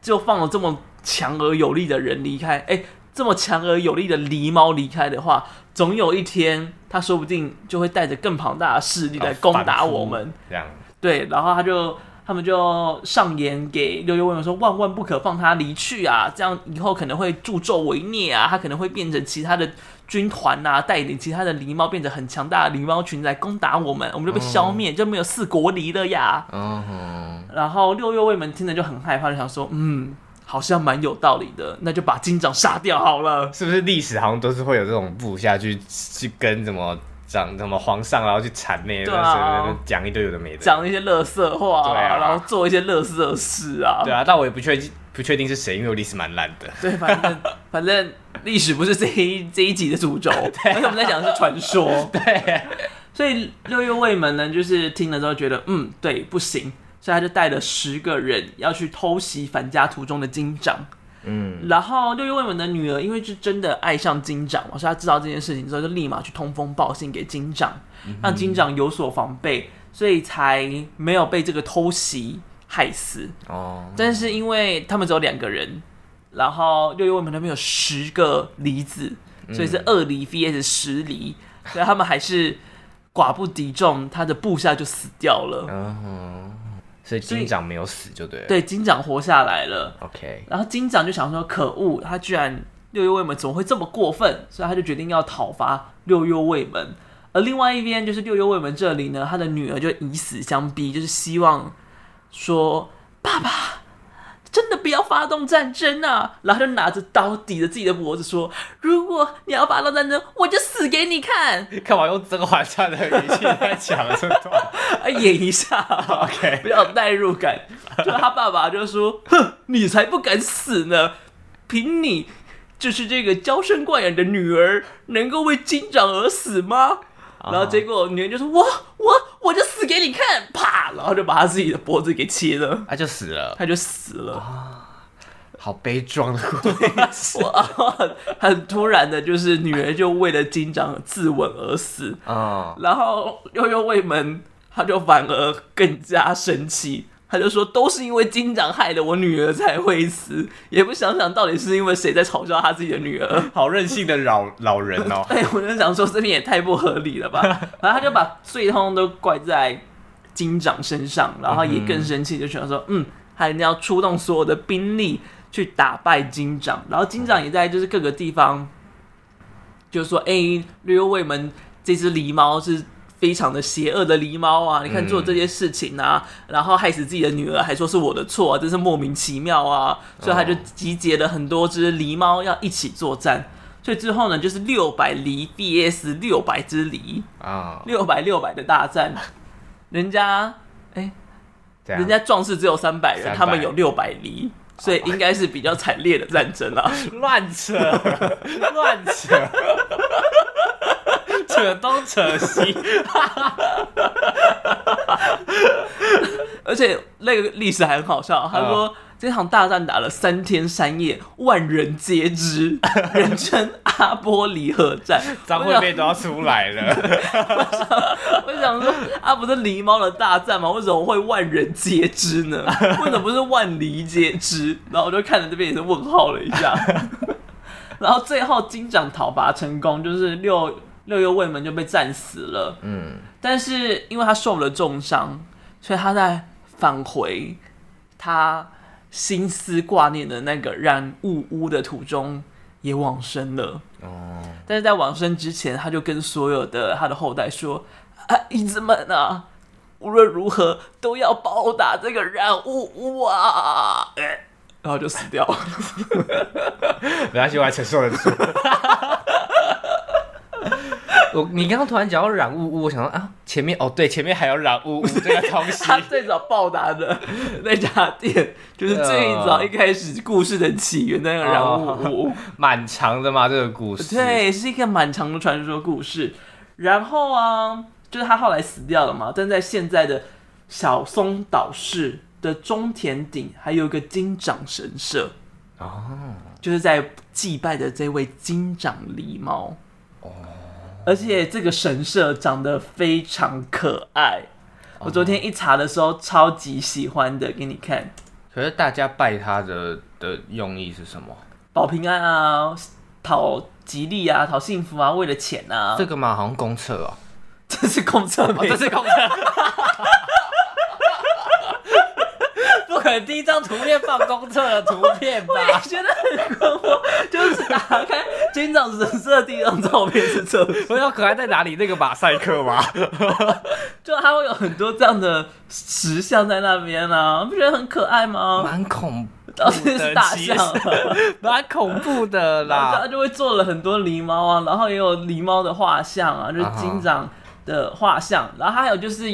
Speaker 1: 就放了这么强而有力的人离开，哎，这么强而有力的狸猫离开的话，总有一天他说不定就会带着更庞大的势力来攻打我们。
Speaker 2: 这样。
Speaker 1: 对，然后他就他们就上言给六月问说，万万不可放他离去啊，这样以后可能会助纣为虐啊，他可能会变成其他的军团啊，带领其他的狸猫变成很强大的狸猫群来攻打我们，我们就被消灭，就没有四国狸了呀。
Speaker 2: 哦，
Speaker 1: 然后六月卫门听了就很害怕，就想说，嗯，好像蛮有道理的，那就把金长杀掉好了。
Speaker 2: 是不是历史好像都是会有这种部下去去跟什么长什么皇上，然后去谄媚，
Speaker 1: 对啊
Speaker 2: 然后什么讲一堆有的没的。
Speaker 1: 讲一些乐色话、
Speaker 2: 对啊
Speaker 1: 然后做一些乐色事啊，
Speaker 2: 对啊，但我也不确不确定是谁，因为我历史蛮烂的。
Speaker 1: 对，反正反正历史不是这一这一集的主轴，而且我们在讲的是传说。 *laughs* 对，所以六月卫门呢，就是听了之后觉得，嗯，对，不行，所以他就带了十个人要去偷袭返家途中的金长。嗯，然后六月卫门的女儿，因为是真的爱上金长嘛，所以她知道这件事情之后，就立马去通风报信给金长，让金长有所防备，所以才没有被这个偷袭害死。
Speaker 2: 哦，
Speaker 1: 但是因为他们只有两个人，然后六月卫门那边有十个梨子，所以是二梨 vs 十梨，所以他们还是寡不敌众，他的部下就死掉
Speaker 2: 嗯
Speaker 1: 了。
Speaker 2: 所以
Speaker 1: 所以
Speaker 2: 金长没有死就对了。
Speaker 1: 对，金长活下来了，
Speaker 2: ，OK，
Speaker 1: 然后金长就想说，可恶，他居然六月卫门怎么会这么过分？所以他就决定要讨伐六月卫门。而另外一边就是六月卫门这里呢，他的女儿就以死相逼，就是希望说爸爸真的不要发动战争啊！然后就拿着刀抵着自己的脖子说：“如果你要发动战争，我就死给你看。
Speaker 2: 干嘛用甄嬛传的语气在讲这段”
Speaker 1: 啊，演一下啊。
Speaker 2: ？OK，
Speaker 1: 不要有代入感。就他爸爸就说：“哼，你才不敢死呢！凭你就是这个娇生惯养的女儿，能够为金长而死吗？”然后结果女儿就说：“我我我就死给你看！”啪，然后就把他自己的脖子给切了，
Speaker 2: 他就死了，
Speaker 1: 他就死了。
Speaker 2: 好悲壮的故事。
Speaker 1: 哇， *laughs* 很突然的，就是女儿就为了金长自刎而死。
Speaker 2: *laughs* 哦，
Speaker 1: 然后又又卫门他就反而更加生气，他就说都是因为金长害了我女儿才会死，也不想想到底是因为谁在嘲笑他自己的女儿。。
Speaker 2: 好任性的老老人哦
Speaker 1: 哎，我就想说这边也太不合理了吧，然后他就把罪通都怪在金长身上，然后也更生气，就想说，嗯，他一定要出动所有的兵力去打败金长，然后金长也在就是各个地方，就说，哎，绿幽卫门这只狸猫是。非常的邪恶的狸猫啊！你看做这些事情啊，然后害死自己的女儿，还说是我的错、啊，真是莫名其妙啊！所以他就集结了很多只狸猫要一起作战。所以之后呢，就是六百离 VS 六百之离，
Speaker 2: 啊、
Speaker 1: 六百六百的大战，人家
Speaker 2: 这样
Speaker 1: 人家壮士只有啊三百人，
Speaker 2: 300
Speaker 1: 他们有六百离，所以应该是比较惨烈的战争啊啦。
Speaker 2: 乱扯， *laughs* 乱扯，扯东扯西，
Speaker 1: *laughs* 而且那个历史还很好笑，他说。这场大战打了三天三夜，万人皆知，人称阿波离合战。
Speaker 2: 张惠妹都要出来了。
Speaker 1: *laughs* 我想说，啊，不是狸猫的大战吗？为什么会万人皆知呢？为什么不是万狸皆知？然后我就看着这边也是问号了一下。 *laughs* 然后最后金掌讨伐成功，就是六六幽卫门就被战死了。
Speaker 2: 嗯，
Speaker 1: 但是因为他受了重伤，所以他在返回他心思挂念的那个染物屋的途中也往生了。
Speaker 2: 哦，
Speaker 1: 但是在往生之前，他就跟所有的他的后代说：“啊，椅子们啊，无论如何都要报答这个染物屋啊！”哎、然后就死掉了。
Speaker 2: 没关系，我还承受得住。 *laughs* 我你刚刚突然讲到染污污，我想到啊，前面哦对，前面还有染污污这个东 *laughs*
Speaker 1: *laughs*
Speaker 2: 西，
Speaker 1: 他最早报答的那家店，就是最早一开始故事的起源的那个染物屋。
Speaker 2: 蛮长的嘛，这个故事。，
Speaker 1: 对，是一个蛮长的传说故事。然后啊，就是他后来死掉了嘛，但在现在的小松岛市的中田町，还有一个金掌神社，
Speaker 2: 哦，
Speaker 1: 就是在祭拜的这位金掌狸猫。
Speaker 2: 哦
Speaker 1: 而且这个神社长得非常可爱，
Speaker 2: 哦
Speaker 1: 我昨天一查的时候超级喜欢的，给你看。
Speaker 2: 可是大家拜他的的用意是什么？
Speaker 1: 保平安啊，讨吉利啊，讨幸福啊，为了钱啊，
Speaker 2: 这个嘛，好像公厕哦，
Speaker 1: *laughs* 这是公厕没
Speaker 2: 这是公厕。不可能第一 *laughs* 张图片放公厕的图片吧？ *laughs*
Speaker 1: 我也觉得很困惑，就是打开军长神社的第一张照片是这，
Speaker 2: 我要可爱在哪里？那个马赛克 *laughs* 吗？
Speaker 1: 就它会有很多这样的石像在那边啊，不觉得很可爱吗？
Speaker 2: 蛮恐，
Speaker 1: 到底是大象啊，
Speaker 2: 蛮恐怖的
Speaker 1: 然后
Speaker 2: 啦。 *laughs*
Speaker 1: 他就会做了很多狸猫啊，然后也有狸猫的画像啊，就是警长的画像，然后还有就是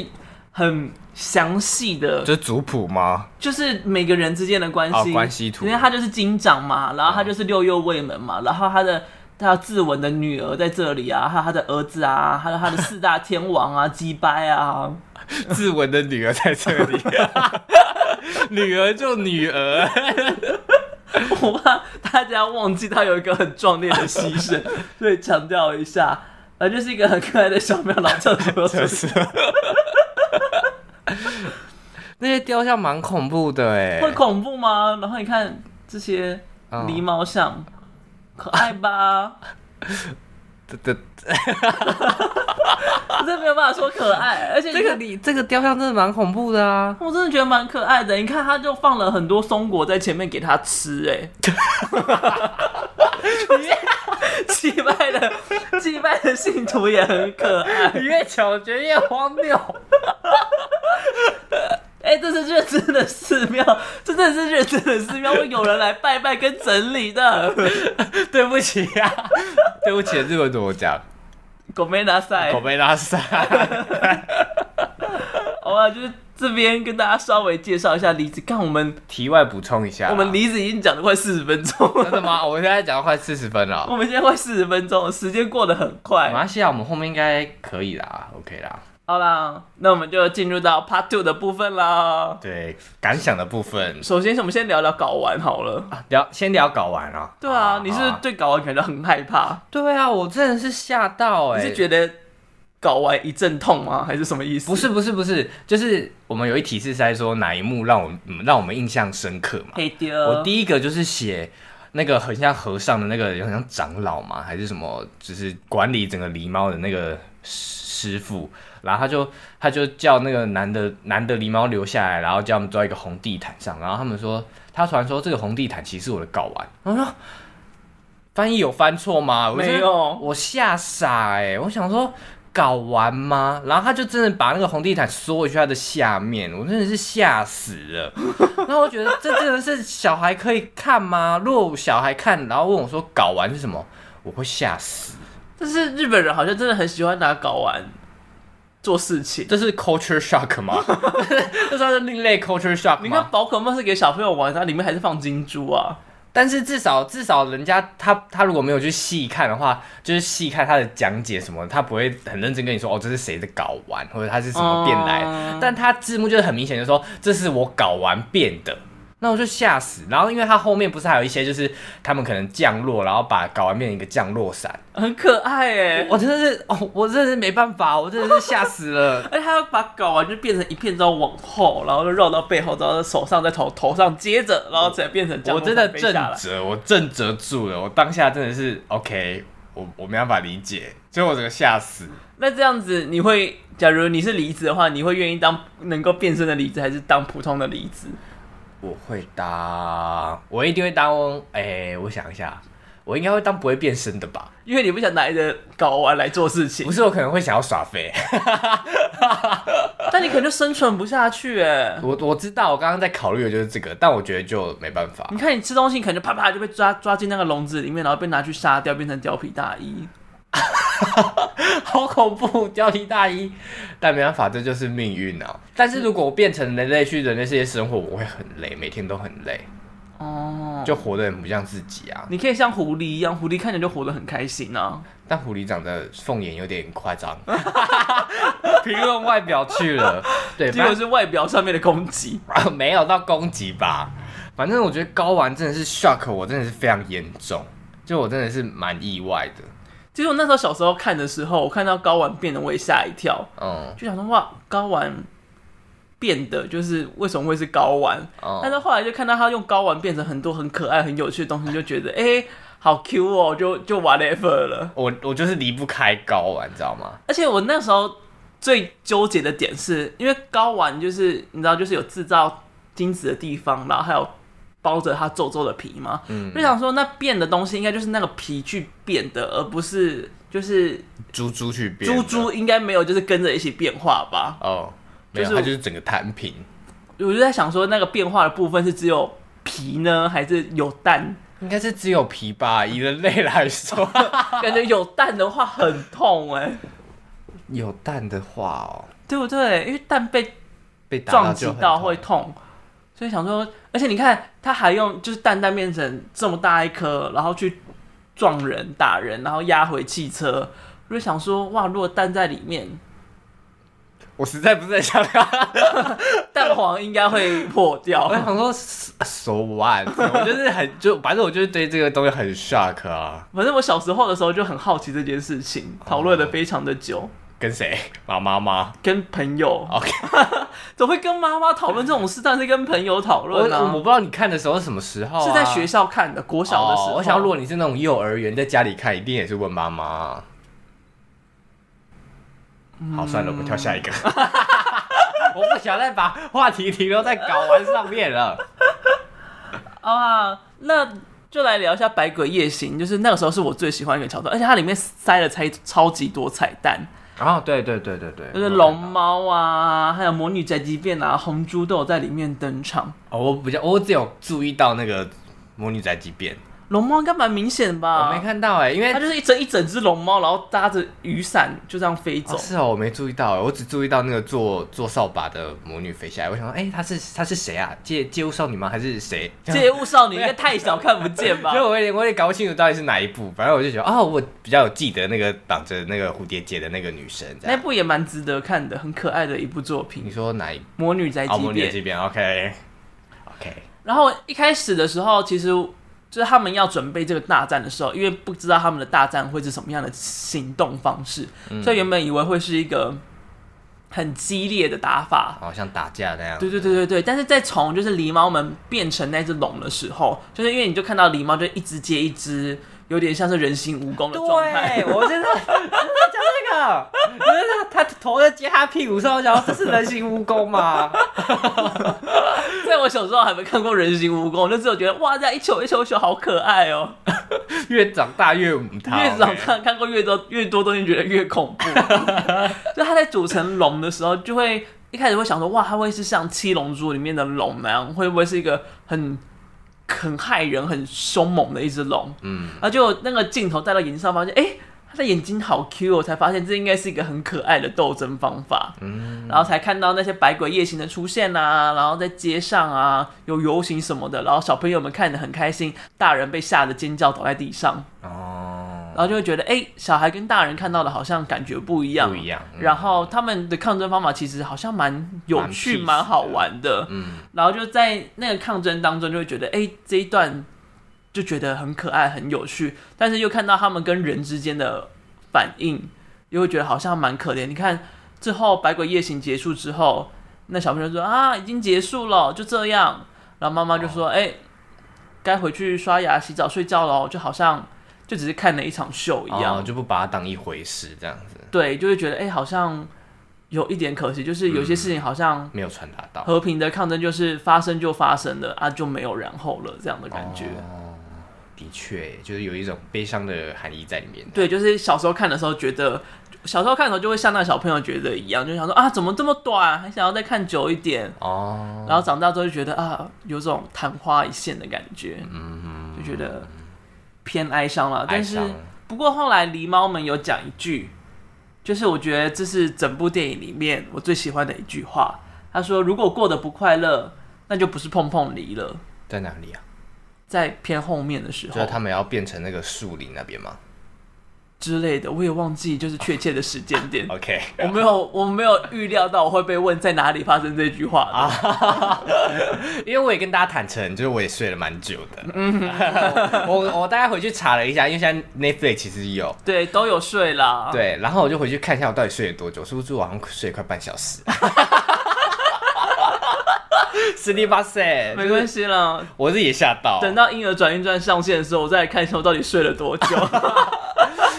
Speaker 1: 很详细的
Speaker 2: 这是族谱 *laughs* 吗？
Speaker 1: 就是每个人之间的关系、
Speaker 2: 哦关系图嗯
Speaker 1: 因为他就是金长嘛，然后他就是六右卫门嘛，然后他的他志文的女儿在这里啊，还有他的儿子啊，还有他的四大天王啊， *laughs* 鸡掰啊，
Speaker 2: 志文的女儿在这 *laughs* 里，女儿就女儿，
Speaker 1: 我怕大家忘记他有一个很壮烈的牺
Speaker 2: *laughs*
Speaker 1: 牲，所以强调一下，呃，就是一个很可爱的小喵，然后叫什
Speaker 2: *laughs*
Speaker 1: 么？
Speaker 2: 真是。那些雕像蛮恐怖的哎，
Speaker 1: 会恐怖吗？然后你看这些
Speaker 2: 嗯
Speaker 1: 狸猫像，可爱吧？
Speaker 2: 这这
Speaker 1: 我真的没有办法说可爱，而且
Speaker 2: 这
Speaker 1: 你
Speaker 2: 个
Speaker 1: 看。
Speaker 2: 你这个雕像真的蛮恐怖的啊！
Speaker 1: 我真的觉得蛮可爱的，你看，他就放了很多松果在前面给他吃、欸 *laughs* 哎，祭拜的祭拜的信徒也很可爱，
Speaker 2: 越巧觉越荒谬。
Speaker 1: 哎、这是认真的寺庙，这真的是认真的寺庙，会有人来拜拜跟整理的。
Speaker 2: *laughs*
Speaker 1: *laughs*
Speaker 2: 对不起啊， *laughs* 对不起，日文怎么讲？
Speaker 1: 狗没拿赛，
Speaker 2: 口碑拉萨。
Speaker 1: 好吧，就是这边跟大家稍微介绍一下梨子。看我们，
Speaker 2: *laughs* 题外补充一下啊，
Speaker 1: 我们梨子已经讲了快四十分钟
Speaker 2: 真
Speaker 1: 了， *laughs*
Speaker 2: 的吗？我们现在讲到快四十分了。
Speaker 1: 我们现在快四十分钟了，时间过得很快
Speaker 2: 马。来西亚我们后面应该可以啦，OK 啦。
Speaker 1: 好啦，那我们就进入到 Part Two 的部分啦。
Speaker 2: 对，感想的部分
Speaker 1: 首先，我们先聊聊睾丸好了。
Speaker 2: 啊，聊先聊睾丸啊。
Speaker 1: 对啊，你是不是对睾丸感觉很害怕，
Speaker 2: 对啊，我真的是吓到哎、
Speaker 1: 你是觉得搞完一阵痛吗？还是什么意思？
Speaker 2: 不是不是不是，就是我们有一题是在说哪一幕让我们嗯让我们印象深刻嘛。
Speaker 1: 黑丢，
Speaker 2: 我第一个就是写那个很像和尚的那个，很像长老嘛，还是什么，就是管理整个狸猫的那个师师傅。然后他就他就叫那个男的男的狸猫留下来，然后叫他们坐在一个红地毯上。然后他们说，他突然说这个红地毯其实是我的睾丸。我说翻译有翻错吗？我真的
Speaker 1: 没有
Speaker 2: 我吓傻哎、我想说。搞完吗？然后他就真的把那个红地毯缩回去他的下面，我真的是吓死了。然后我觉得这真的是小孩可以看吗？如果小孩看，然后问我说睾丸是什么，我会吓死。
Speaker 1: 但是日本人好像真的很喜欢拿睾丸做事情。
Speaker 2: 这是 culture shock 吗？ *laughs* 这算是另类 culture shock
Speaker 1: 你
Speaker 2: 吗
Speaker 1: 看？宝可梦是给小朋友玩，它里面还是放金珠啊。
Speaker 2: 但是至少至少人家他他如果没有去细看的话，就是细看他的讲解什么，他不会很认真跟你说哦，这是谁的睾丸，或者他是什么变来的。
Speaker 1: 嗯
Speaker 2: 但他字幕就是很明显就说这是我睾丸变的，那我就吓死。然后因为他后面不是还有一些就是他们可能降落，然后把睾丸变成一个降落伞，
Speaker 1: 很可爱哎，
Speaker 2: 我真的是哦，我真的是没办法，我真的是吓死了。
Speaker 1: 而且它把睾丸就变成一片，之后往后，然后就绕到背后，然后手上再头头上接着，然后再变成这样
Speaker 2: *laughs* 我真的
Speaker 1: 飞
Speaker 2: 震
Speaker 1: 下来。
Speaker 2: 折，我震折住了，我当下真的是 OK，我我没办法理解，所以我整个吓死。
Speaker 1: 那这样子，你会假如你是梨子的话，你会愿意当能够变身的梨子，还是当普通的梨子？
Speaker 2: 我会当，我一定会当，哎、我想一下，我应该会当不会变身的吧？
Speaker 1: 因为你不想拿你的睾丸来做事情
Speaker 2: *laughs* 不，是，我可能会想要耍飞。
Speaker 1: 但你可能就生存不下去哎。
Speaker 2: *laughs* 我我知道，我刚刚在考虑的就是这个，但我觉得就没办法 *laughs*
Speaker 1: 你。看你吃东西，你可能就啪啪就被抓抓进那个笼子里面，然后被拿去杀掉，变成貂皮大衣。
Speaker 2: 好恐怖，貂皮大衣，但没办法，这就是命运啊。但是如果我变成人类去人类世界生活，我会很累，每天都很累，
Speaker 1: 哦，
Speaker 2: 就活得很不像自己啊。
Speaker 1: 你可以像狐狸一样，狐狸看起来就活得很开心啊。
Speaker 2: 但狐狸长得凤眼有点夸
Speaker 1: *laughs*
Speaker 2: 张， *laughs* 评论外表去了，
Speaker 1: *laughs*
Speaker 2: 对，
Speaker 1: 结果
Speaker 2: 反
Speaker 1: 是外表上面的攻击。
Speaker 2: 正没有到攻击吧。反正我觉得睾丸真的是 shock，我真的是非常严重，就我真的是蛮意外的，
Speaker 1: 其实我那时候小时候看的时候，我看到睾丸变得我也吓一跳，
Speaker 2: 嗯，
Speaker 1: 就想说哇，睾丸变的就是为什么会是睾丸？
Speaker 2: 哦
Speaker 1: 但是后来就看到他用睾丸变成很多很可爱、很有趣的东西，就觉得哎、好 Q 哦，就就 whatever 了。
Speaker 2: 我我就是离不开睾丸，你知道吗？
Speaker 1: 而且我那时候最纠结的点是，因为睾丸就是你知道，就是有制造精子的地方，然后还有包着它皱皱的皮嘛。嗯，就想说那变的东西应该就是那个皮去变的，而不是就是
Speaker 2: 猪猪去变的，
Speaker 1: 猪猪应该没有就是跟着一起变化吧。
Speaker 2: 哦，没有，
Speaker 1: 就是
Speaker 2: 它就是整个摊平，
Speaker 1: 我就在想说，那个变化的部分是只有皮呢，还是有 *laughs* 蛋？
Speaker 2: 应该是只有皮吧，以人类来说，
Speaker 1: 感觉有蛋的话很痛哎、
Speaker 2: *laughs* 有蛋的话哦，
Speaker 1: 对不对？因为蛋被
Speaker 2: 被打
Speaker 1: 撞
Speaker 2: 到就
Speaker 1: 击
Speaker 2: 很
Speaker 1: 到会
Speaker 2: 痛
Speaker 1: 痛，所以想说，而且你看，他还用就是蛋蛋变成这么大一颗，然后去撞人、打人，然后压回汽车。我就想说，哇，如果蛋在里面，
Speaker 2: 我实在不是在想要
Speaker 1: 蛋黄应该会破掉
Speaker 2: *laughs* 我。想说，so what？我 *laughs* 就是很就，反正我就是对这个东西很 shock 啊。
Speaker 1: 反正我小时候的时候就很好奇这件事情，
Speaker 2: 哦
Speaker 1: 讨论的非常的久，
Speaker 2: 跟谁？妈妈吗？
Speaker 1: 跟朋友
Speaker 2: OK
Speaker 1: *laughs* 怎么会跟妈妈讨论这种事？但是跟朋友讨
Speaker 2: 我我
Speaker 1: 论
Speaker 2: 我
Speaker 1: 啊
Speaker 2: 不，知道你看的时候是什么时候啊、
Speaker 1: 是在学校看的，国小的时候。
Speaker 2: 哦我想，如果你是那种幼儿园，在家里看，一定也是问妈妈啊。好，算了，我们跳下一个。 *laughs* 我不想再把话题停留在睾丸上面了。
Speaker 1: 啊，那就来聊一下《百鬼夜行》，就是那个时候是我最喜欢的一个桥段，而且它里面塞了超超级多彩蛋，
Speaker 2: *laughs* 哦，对对对对对，
Speaker 1: 就是
Speaker 2: 我有看到
Speaker 1: 龙。猫啊，还有魔女宅急便啊，红猪都有在里面登场。
Speaker 2: 哦，我比较，我只有注意到那个魔女宅急便，
Speaker 1: 龙猫应该蛮明显吧？
Speaker 2: 我没，看到哎、因为
Speaker 1: 它就是一整一整只龙猫，然后搭着雨伞就这样飞走。
Speaker 2: 哦是哦，我没注意到，我只注意到那个做做扫把的魔女飞下来。我想说，哎、她是她是谁啊？借借物少女吗？还是谁？
Speaker 1: 街物少女应该太小看不见
Speaker 2: *laughs*
Speaker 1: 吧
Speaker 2: 因为？我有点我也搞不清楚到底是哪一部，反正我就觉得，哦，我比较有记得那个绑着那个蝴蝶结的那个女生。这
Speaker 1: 那
Speaker 2: 样
Speaker 1: 部也蛮值得看的，很可爱的一部作
Speaker 2: 你
Speaker 1: 品，《
Speaker 2: 说哪一部？
Speaker 1: 魔女宅
Speaker 2: 哦，
Speaker 1: 急
Speaker 2: 魔女
Speaker 1: 便》
Speaker 2: 这边，OK，OK，
Speaker 1: 然后一开始的时候，其实就是他们要准备这个大战的时候，因为不知道他们的大战会是什么样的行动方式，
Speaker 2: 嗯
Speaker 1: 所以原本以为会是一个很激烈的打法，
Speaker 2: 好像打架那样。
Speaker 1: 对对对对对，但是在从就是狸猫们变成那只龙的时候，就是因为你就看到狸猫就一只接一只，有点像是人形蜈蚣的状态。
Speaker 2: 对，
Speaker 1: *laughs*
Speaker 2: 我真的 *laughs* 真的讲这个，就是他头在接他屁股上，我想说这是人形蜈蚣吗？
Speaker 1: 在我小时候还没看过人形蜈蚣，我就只有觉得哇，这样一球一球一球好可爱哦、
Speaker 2: 越长大越母汤、
Speaker 1: 越长
Speaker 2: 欸
Speaker 1: 看看过越多越多东西，觉得越恐怖。就他在组成龙的时候，就会一开始会想说，哇，他会是像《七龙珠》里面的龙那样，会不会是一个很很害人、很凶猛的一只龙？
Speaker 2: 嗯，
Speaker 1: 然后就那个镜头带到眼睛上，发现哎、诶他的眼睛好 Q 哦，我才发现这应该是一个很可爱的斗争方法。嗯，然后才看到那些百鬼夜行的出现啊，然后在街上啊有游行什么的，然后小朋友们看得很开心，大人被吓得尖叫倒在地上。
Speaker 2: 哦，
Speaker 1: 然后就会觉得，哎、小孩跟大人看到的好像感觉不一样，
Speaker 2: 不一样嗯
Speaker 1: 然后他们的抗争方法其实好像蛮有趣、
Speaker 2: 蛮 peace 的
Speaker 1: 蛮好玩的。
Speaker 2: 嗯，
Speaker 1: 然后就在那个抗争当中，就会觉得，哎、这一段就觉得很可爱、很有趣，但是又看到他们跟人之间的反应，又会觉得好像蛮可怜。你看最后《百鬼夜行》结束之后，那小朋友说啊，已经结束了，就这样。然后妈妈就说，哎、该回去刷牙、洗澡、睡觉喽，就好像就只是看了一场秀一样。
Speaker 2: 哦，就不把它当一回事，这样子
Speaker 1: 对，就会觉得，哎、好像有一点可惜，就是有些事情好像。
Speaker 2: 没有传达到
Speaker 1: 和平的抗争就是发生就发生了啊，就没有然后了这样的感觉。
Speaker 2: 哦、的确，就是有一种悲伤的含义在里面。
Speaker 1: 对，就是小时候看的时候觉得，小时候看的时候就会像那小朋友觉得一样，就想说啊，怎么这么短，还想要再看久一点。
Speaker 2: 哦，
Speaker 1: 然后长大之后就觉得啊，有种昙花一现的感觉，嗯，就觉得偏哀伤了。
Speaker 2: 哀
Speaker 1: 但是
Speaker 2: 伤
Speaker 1: 不过后来狸猫们有讲一句，就是我觉得这是整部电影里面我最喜欢的一句话。他说：“如果过得不快乐，那就不是碰碰梨了。”
Speaker 2: 在哪里啊？
Speaker 1: 在偏后面的时
Speaker 2: 就是
Speaker 1: 候
Speaker 2: 他们要变成那个树林那边吗。
Speaker 1: 之类的，我也忘记就是确切的时间点
Speaker 2: ？OK，
Speaker 1: 我没有，我没有预料到我会被问在哪里发生这句话啊。
Speaker 2: 因为我也跟大家坦诚，就是我也睡了蛮久的。嗯， *laughs* 我我大概回去查了一下，因为现在 Netflix 其实有。
Speaker 1: 对，都有睡啦。，
Speaker 2: 对，然后我就回去看一下我到底睡了多久，是不是晚上睡了快半小时？ *laughs* 十里八塞，
Speaker 1: 没关系啦。
Speaker 2: 我自己也吓到。
Speaker 1: 等到《婴儿转运站》上线的时候，我再来看一下我到底睡了多
Speaker 2: *laughs*
Speaker 1: 久，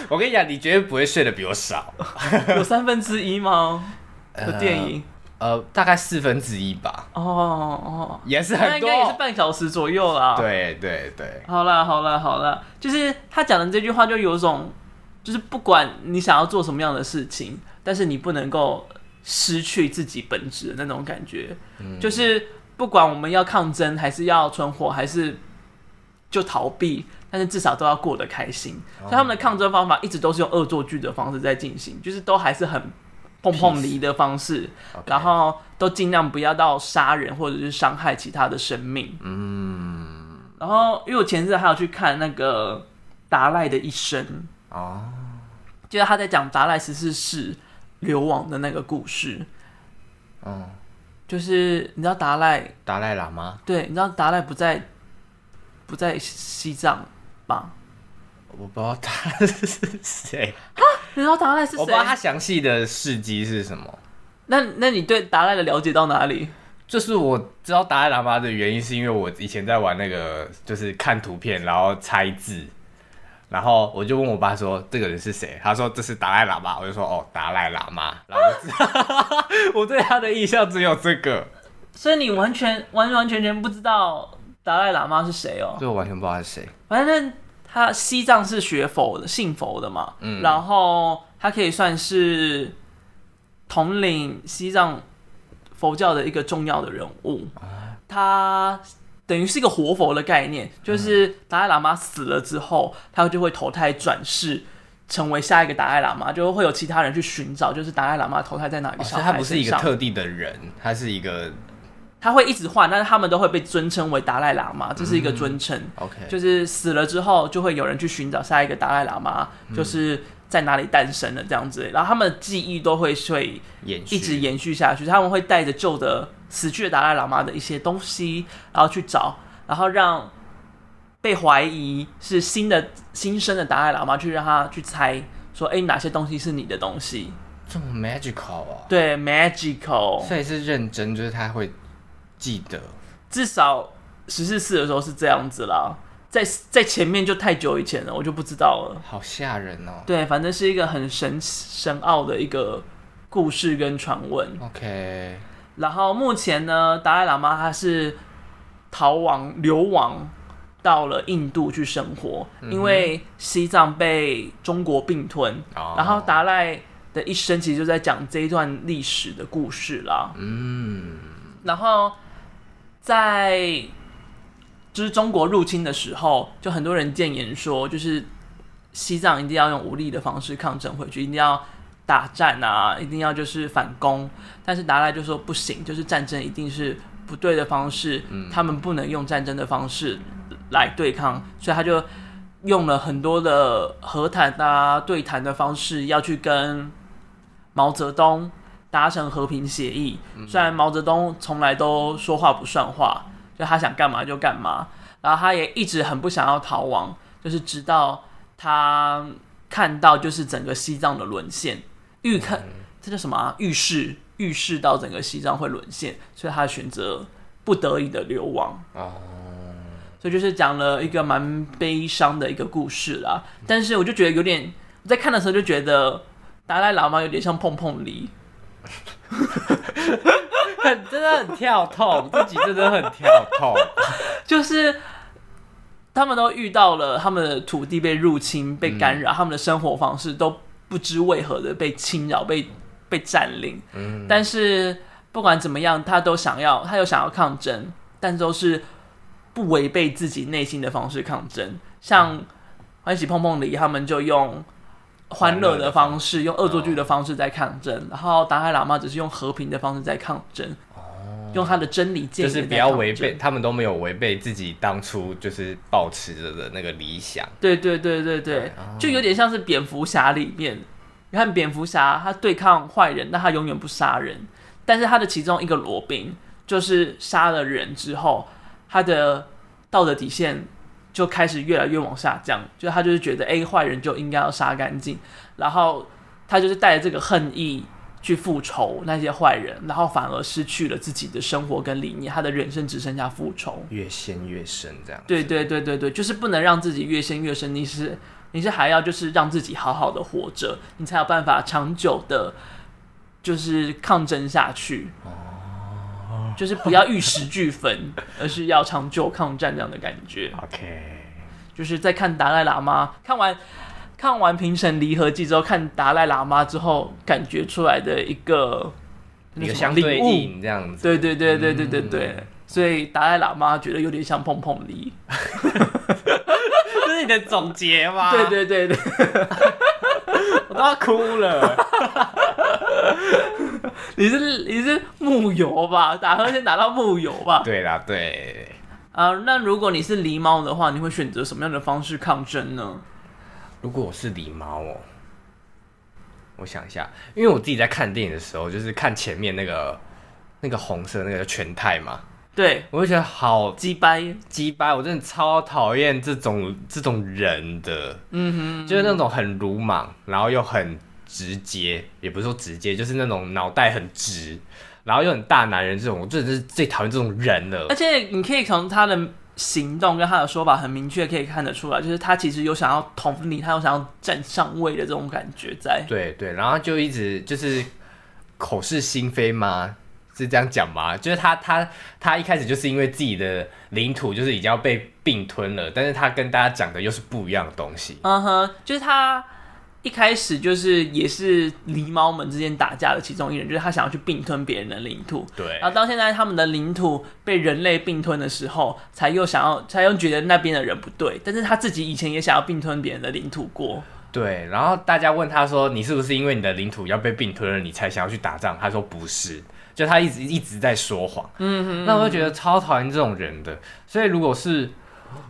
Speaker 2: 我跟你讲，你绝对不会睡得比
Speaker 1: *laughs*
Speaker 2: 我少，
Speaker 1: 有三分之一吗？的电影
Speaker 2: 呃，大概四分之一吧，
Speaker 1: 哦哦，
Speaker 2: 也是
Speaker 1: 那
Speaker 2: 呃很
Speaker 1: 应
Speaker 2: 多。
Speaker 1: 该也是半小时左右啦。，
Speaker 2: 对对对，
Speaker 1: 好啦好啦好啦，就是他讲的这句话，就有种就是不管你想要做什么样的事情，但是你不能够失去自己本质的那种感觉。
Speaker 2: 嗯
Speaker 1: 就是不管我们要抗争，还是要存活，还是就逃避，但是至少都要过得开心。
Speaker 2: 哦
Speaker 1: 所以他们的抗争方法一直都是用恶作剧的方式在进行，就是都还是很碰碰离的方式
Speaker 2: OK
Speaker 1: 然后都尽量不要到杀人或者是伤害其他的生命。嗯，
Speaker 2: 嗯
Speaker 1: 然后因为我前阵还有去看那个达赖的一生，
Speaker 2: 哦，
Speaker 1: 就是他在讲达赖十四世流亡的那个故事。
Speaker 2: 嗯，
Speaker 1: 就是你知道达赖，
Speaker 2: 达赖喇嘛，
Speaker 1: 对，你知道达赖不在不在西藏吧？
Speaker 2: 我不知道他是谁，
Speaker 1: 你知道达赖是
Speaker 2: *laughs* 我不知
Speaker 1: 谁
Speaker 2: 道？他详细的事迹是什么。
Speaker 1: 那那你对达赖的了解到哪里？
Speaker 2: 就是我知道达赖喇嘛的原因，是因为我以前在玩那个，就是看图片然后猜字，然后我就问我爸说这个人是谁，他说这是达赖喇嘛，我就说哦达赖喇 *laughs* 嘛，然后我就知我对他的印象只有这个，
Speaker 1: 所以你完全完完全全不知道达赖喇嘛是谁哦。
Speaker 2: 所以我完全不知道他是谁。
Speaker 1: 反正他西藏是学佛的，信佛的嘛，
Speaker 2: 嗯
Speaker 1: 然后他可以算是统领西藏佛教的一个重要的人物，
Speaker 2: 哦
Speaker 1: 他。等于是一个活佛的概念，就是
Speaker 2: 嗯
Speaker 1: 达赖喇嘛死了之后，他就会投胎转世，成为下一个达赖喇嘛，就会有其他人去寻找，就是达赖喇嘛投胎在哪个
Speaker 2: 哦
Speaker 1: 小
Speaker 2: 所
Speaker 1: 孩、
Speaker 2: 以
Speaker 1: 身
Speaker 2: 他不是一个
Speaker 1: 上
Speaker 2: 特定的人，他是一个
Speaker 1: 他会一直换，但是他们都会被尊称为达赖喇嘛，这是一
Speaker 2: 嗯
Speaker 1: 个尊称。
Speaker 2: OK，
Speaker 1: 就是死了之后，就会有人去寻找下一个达赖喇嘛，就是在哪里诞生的这样子。然后他们的记忆都会会
Speaker 2: 延续
Speaker 1: 一直延续下去，他们会带着旧的死去的达赖喇嘛的一些东西，然后去找，然后让被怀疑是新的新生的达赖喇嘛去让他去猜说，哎、哪些东西是你的东西？
Speaker 2: 这么 magical 哦，
Speaker 1: 对，magical，
Speaker 2: *laughs* 所以是认真，就是他会记得。
Speaker 1: 至少十四世的时候是这样子啦，在在前面就太久以前了，我就不知道了。
Speaker 2: 好吓人哦。
Speaker 1: 对，反正是一个很神深奥的一个故事跟传闻。
Speaker 2: 哦 OK，
Speaker 1: 然后目前呢，达赖喇嘛他是逃亡流亡到了印度去生活，因为西藏被中国并吞，
Speaker 2: 哦
Speaker 1: 然后达赖的一生其实就在讲这一段历史的故事啦。
Speaker 2: 嗯，
Speaker 1: 然后在就是中国入侵的时候，就很多人谏言说，就是西藏一定要用武力的方式抗争回去，一定要打战啊，一定要就是反攻。但是达赖就说不行，就是战争一定是不对的方式，他们不能用战争的方式来对抗，所以他就用了很多的和谈啊、对谈的方式，要去跟毛泽东达成和平协议。虽然毛泽东从来都说话不算话，就他想干嘛就干嘛，然后他也一直很不想要逃亡，就是直到他看到就是整个西藏的沦陷，预看、这叫什么啊、预示预示到整个西藏会沦陷，所以他选择不得已的流亡。
Speaker 2: 哦，
Speaker 1: 所以就是讲了一个蛮悲伤的一个故事啦。但是我就觉得有点，我在看的时候就觉得达赖喇嘛有点像碰碰梨，
Speaker 2: 很真的很跳 *laughs* 痛，自己真的很跳痛。
Speaker 1: 就是他们都遇到了他们的土地被入侵、
Speaker 2: 嗯
Speaker 1: 被干扰，他们的生活方式都不知为何的被侵扰、被被占领。
Speaker 2: 嗯
Speaker 1: 但是不管怎么样，他都想要，他又想要抗争，但都是不违背自己内心的方式抗争。
Speaker 2: 嗯
Speaker 1: 像欢喜碰碰里，他们就用欢乐的方式，用恶作
Speaker 2: 嗯
Speaker 1: 剧的方式在抗争；然后达赖喇嘛只是用和平的方式在抗争，用他的真理建
Speaker 2: 哦就
Speaker 1: 议
Speaker 2: 是不要违背，他们都没有违背自己当初就是抱持着的那个理想。
Speaker 1: 对对对对对，就有点像是蝙蝠侠里面，你看蝙蝠侠他对抗坏人，但他永远不杀人，但是他的其中一个罗宾就是杀了人之后，他的道德底线就开始越来越往下降，就他就是觉得哎坏人就应该要杀干净，然后他就是带着这个恨意。去复仇那些坏人，然后反而失去了自己的生活跟理念，他的人生只剩下复仇。
Speaker 2: 越陷越深，这样
Speaker 1: 对对对对对，就是不能让自己越陷越深，你是你是还要就是让自己好好的活着，你才有办法长久的，就是抗争下去。
Speaker 2: 哦
Speaker 1: 就是不要玉石俱焚，而是要长久抗战这样的感觉。
Speaker 2: OK，
Speaker 1: 就是在看达赖喇嘛，看完看完评审离合记之后，看达赖喇嘛之后，感觉出来的一个
Speaker 2: 一
Speaker 1: 那
Speaker 2: 个
Speaker 1: 什
Speaker 2: 相
Speaker 1: 么
Speaker 2: 对
Speaker 1: 礼物
Speaker 2: 应这嗯样子。
Speaker 1: 对对对对对对对，所以达赖喇嘛觉得有点像碰碰梨。
Speaker 2: 这是你的总结吗
Speaker 1: 对，对对对。
Speaker 2: 我都要哭了。
Speaker 1: 你是你是木油吧？打呵先打到木油吧？
Speaker 2: *laughs* 对啦，对，
Speaker 1: 啊、那如果你是狸猫的话，你会选择什么样的方式抗争呢？
Speaker 2: 如果我是狸猫哦，我想一下，因为我自己在看电影的时候，就是看前面那个那个红色那个全泰嘛，
Speaker 1: 对，
Speaker 2: 我就觉得好
Speaker 1: 鸡掰，
Speaker 2: 鸡巴，我真的超讨厌这种这种人的，
Speaker 1: 嗯
Speaker 2: 就是那种很鲁莽，然后又很直接，也不是说直接，就是那种脑袋很直，然后又很大男人这种，我真的是最讨厌这种人了
Speaker 1: 哼，而。且你可以从他的行动跟他的说法很明确可以看得出来，就是他其实有想要捅你，他有想要占上位的这种感觉在。
Speaker 2: 对对，然后就一直就是口是心非吗？是这样讲吗？就是他他他一开始就是因为自己的领土就是已经要被并吞了，但是他跟大家讲的又是不一样的东西。
Speaker 1: 嗯哼，就是他一开始就是也是狸猫们之间打架的其中一人，就是他想要去并吞别人的领土，
Speaker 2: 对
Speaker 1: 然后到现在他们的领土被人类并吞的时候，才又想要，才又觉得那边的人不对，但是他自己以前也想要并吞别人的领土过，
Speaker 2: 对，然后大家问他说：“你是不是因为你的领土要被并吞了，你才想要去打仗？”他说：“不是。”就他一直一直在说谎。嗯哼那我就觉得超讨厌这种人的。所以如果是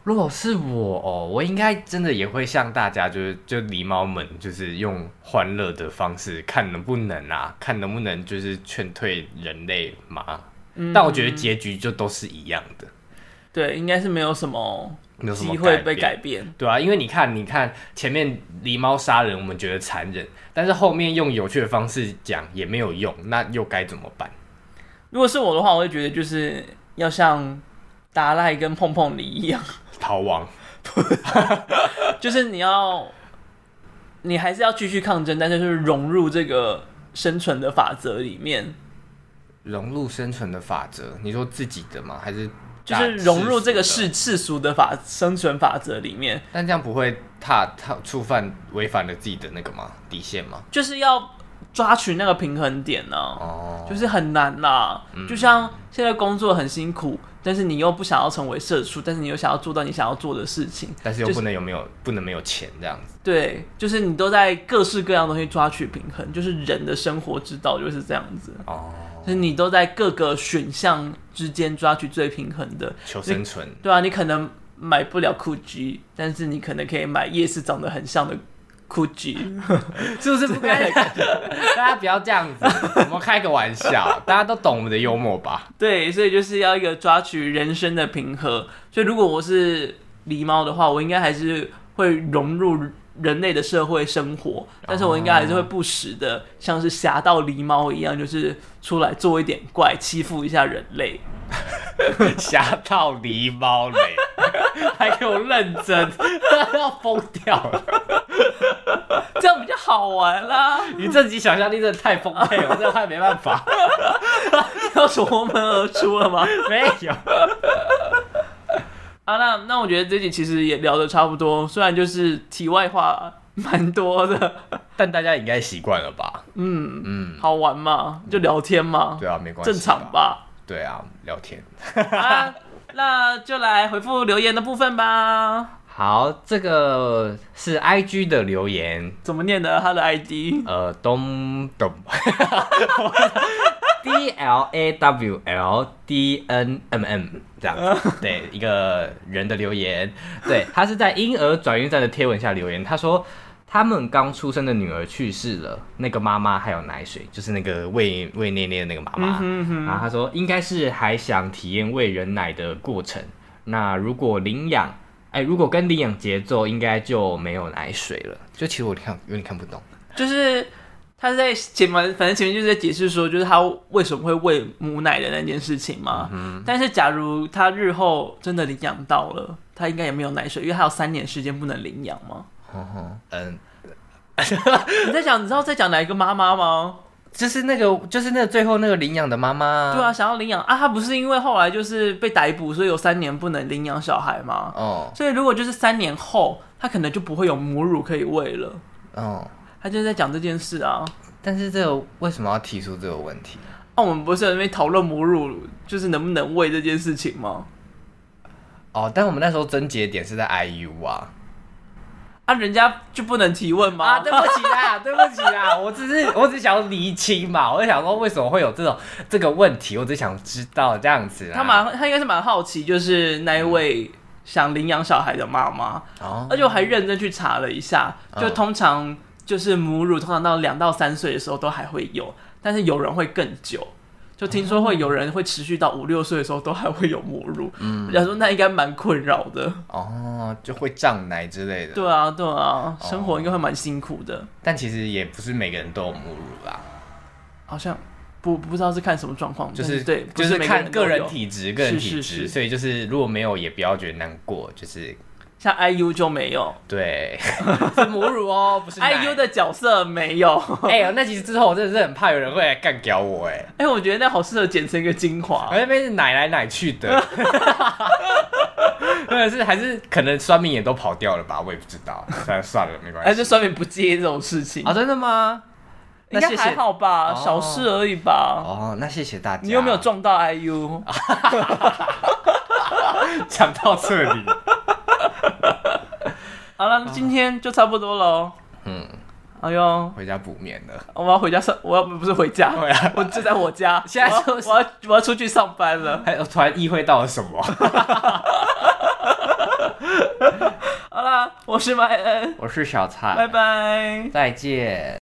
Speaker 2: 如果是我哦，我应该真的也会像大家，就是就狸猫们，就是用欢乐的方式，看能不能啊，看能不能就是劝退人类嗯嘛。但我觉得结局就都是一样的。
Speaker 1: 对，应该是没有什么
Speaker 2: 有什么
Speaker 1: 机会
Speaker 2: 改
Speaker 1: 被
Speaker 2: 变
Speaker 1: 改变。
Speaker 2: 对啊，因为你看，你看前面狸猫杀人，我们觉得残忍，但是后面用有趣的方式讲也没有用，那又该怎么办？
Speaker 1: 如果是我的话，我会觉得就是要像达赖跟碰碰梨一样， *laughs*
Speaker 2: 逃亡，
Speaker 1: 就是你要，你还是要继续抗争，但是就是融入这个生存的法则里面，
Speaker 2: 融入生存的法则，你说自己的吗？还是
Speaker 1: 就是融入这个
Speaker 2: 世？
Speaker 1: 世世俗的法生存法则里面，
Speaker 2: 但这样不会踏踏触犯违反了自己的那个吗？底线吗？
Speaker 1: 就是要抓取那个平衡点呢、
Speaker 2: 哦，
Speaker 1: 就是很难啦。就像现在工作很辛苦，但是你又不想要成为社畜，但是你又想要做到你想要做的事情，
Speaker 2: 但是又
Speaker 1: 就
Speaker 2: 不能有没有不能没有钱这样子。
Speaker 1: 对，就是你都在各式各样东西抓取平衡，就是人的生活之道就是这样子，
Speaker 2: 哦，
Speaker 1: 就是你都在各个选项之间抓取最平衡的。
Speaker 2: 求生存，
Speaker 1: 对啊，你可能买不了 GUCCI，但是你可能可以买夜市长得很像的 GUCCI。
Speaker 2: 是不是不该？大家不要这样 *laughs* 子，我们开个玩笑，大家都懂我们的幽默吧？
Speaker 1: 对，所以就是要一个抓取人生的平衡。所以如果我是狸猫的话，我应该还是会融入人类的社会生
Speaker 2: 哦
Speaker 1: 活，但是我应该还是会不时的，像是侠盗狸猫一样，就是出来做一点怪，欺负一下人类。
Speaker 2: 侠盗狸猫嘞，还给我认真，要疯掉了！
Speaker 1: 这样比较好玩啦。
Speaker 2: 你这集想象力真的太丰沛，我真的快没办法。
Speaker 1: 要从门而出了吗？
Speaker 2: *laughs* 没有，
Speaker 1: 啊，那那我觉得这集其实也聊的差不多，虽然就是题外话蛮多的，
Speaker 2: 但大家应该习惯了吧？
Speaker 1: 好玩嘛，就聊天嘛，
Speaker 2: 对啊，没关系，
Speaker 1: 正常？吧。
Speaker 2: 对啊，聊天。
Speaker 1: *laughs* 啊，那就来回复留言的部分吧。
Speaker 2: 好，这个是 I G 的留言，
Speaker 1: 怎么念的？他的 ID
Speaker 2: 呃，东东 *laughs* D L A W L D N M M 这样子，对，一个人的留言，对他是在婴儿转运站的贴文下留言，他说。他们刚出生的女儿去世了，那个妈妈还有奶水，就是那个喂喂奶奶的那个妈妈。然后他说，应该是还想体验喂人奶的过程。那如果领养，哎、如果跟领养节奏，应该就没有奶水了。就其实我看有点看不懂。
Speaker 1: 就是他在前面，反正前面就是在解释说，就是他为什么会喂母奶的那件事情嘛。但是假如他日后真的领养到了，他应该也没有奶水，因为他有三年时间不能领养嘛。
Speaker 2: 嗯，
Speaker 1: 你在讲，你知道在讲哪一个妈妈吗？
Speaker 2: 就是那个，就是那个最后那个领养的妈妈。
Speaker 1: 对啊，。想要领养啊，她不是因为后来就是被逮捕，所以有三年不能领养小孩吗？
Speaker 2: 哦
Speaker 1: 所以如果就是三年后，她可能就不会有母乳可以喂了。
Speaker 2: 哦，
Speaker 1: 她就是在讲这件事啊。
Speaker 2: 但是这个为什么要提出这个问题？
Speaker 1: 那、我们不是在那边讨论母乳就是能不能喂这件事情吗？
Speaker 2: 哦，但我们那时候症结点是在 IU 啊。
Speaker 1: 啊，人家就不能提问吗？
Speaker 2: 啊，对不起 *laughs* 啦，对不起啦，我只是我只想要厘清嘛，我就想说为什么会有这种这个问题，我只想知道这样子啦。
Speaker 1: 她蛮，她应该是蛮好奇，就是那一位想领养小孩的妈妈，
Speaker 2: 嗯哦嗯
Speaker 1: 而且我还认真去查了一下，就通常就是母乳，通常到两到三岁的时候都还会有，但是有人会更久。就听说会有人会持续到五六岁的时候都还会有母乳，嗯，然后说那应该蛮困扰的。
Speaker 2: 哦，就会胀奶之类的。
Speaker 1: 对啊，对
Speaker 2: 哦
Speaker 1: 啊，生活应该会蛮辛苦的，
Speaker 2: 但其实也不是每个人都有母乳啦，
Speaker 1: 好像不不知道是看什么状况，
Speaker 2: 就
Speaker 1: 但
Speaker 2: 嗯是
Speaker 1: 对，不
Speaker 2: 就
Speaker 1: 是每
Speaker 2: 看
Speaker 1: 个
Speaker 2: 个
Speaker 1: 人
Speaker 2: 人
Speaker 1: 都有。
Speaker 2: 体质，个人体质，
Speaker 1: 是是是
Speaker 2: 所以就是如果没有也不要觉得难过，就是
Speaker 1: 像 IU 就没有
Speaker 2: 对，是母乳哦，不是奶
Speaker 1: ，IU 哎的角色没有。 *laughs*
Speaker 2: 哎呦，那其实之后我真的是很怕有人会来干掉我哎，
Speaker 1: 哎、我觉得那好适合剪成一个精华
Speaker 2: 我。那边是奶来奶去的， *laughs* 或者是还是可能酸民也都跑掉了吧，我也不知道，算了算了，没关
Speaker 1: 哎，
Speaker 2: 系
Speaker 1: 就。说明不介意这种事情
Speaker 2: 啊，，真的吗？
Speaker 1: 应
Speaker 2: 那
Speaker 1: 该
Speaker 2: 谢谢
Speaker 1: 还好吧，
Speaker 2: 哦
Speaker 1: 小事而已吧。
Speaker 2: 哦，那谢谢大家。
Speaker 1: 你有没有
Speaker 2: *laughs*
Speaker 1: 撞到 IU？
Speaker 2: 讲到这里？
Speaker 1: 好了，今天就差不多喽。
Speaker 2: 嗯，
Speaker 1: 哎呦，
Speaker 2: 回家补眠了。 *laughs*
Speaker 1: 我要回家上，我要不是回家，
Speaker 2: 对啊
Speaker 1: 我就在我家。
Speaker 2: 现在
Speaker 1: 我
Speaker 2: 就是
Speaker 1: 要我要我要出去上班
Speaker 2: *laughs*
Speaker 1: 了。
Speaker 2: 还有突然意会到了什么？ *laughs*
Speaker 1: 好啦，我是麦恩，
Speaker 2: 我是小蔡，
Speaker 1: 拜拜。
Speaker 2: 再见。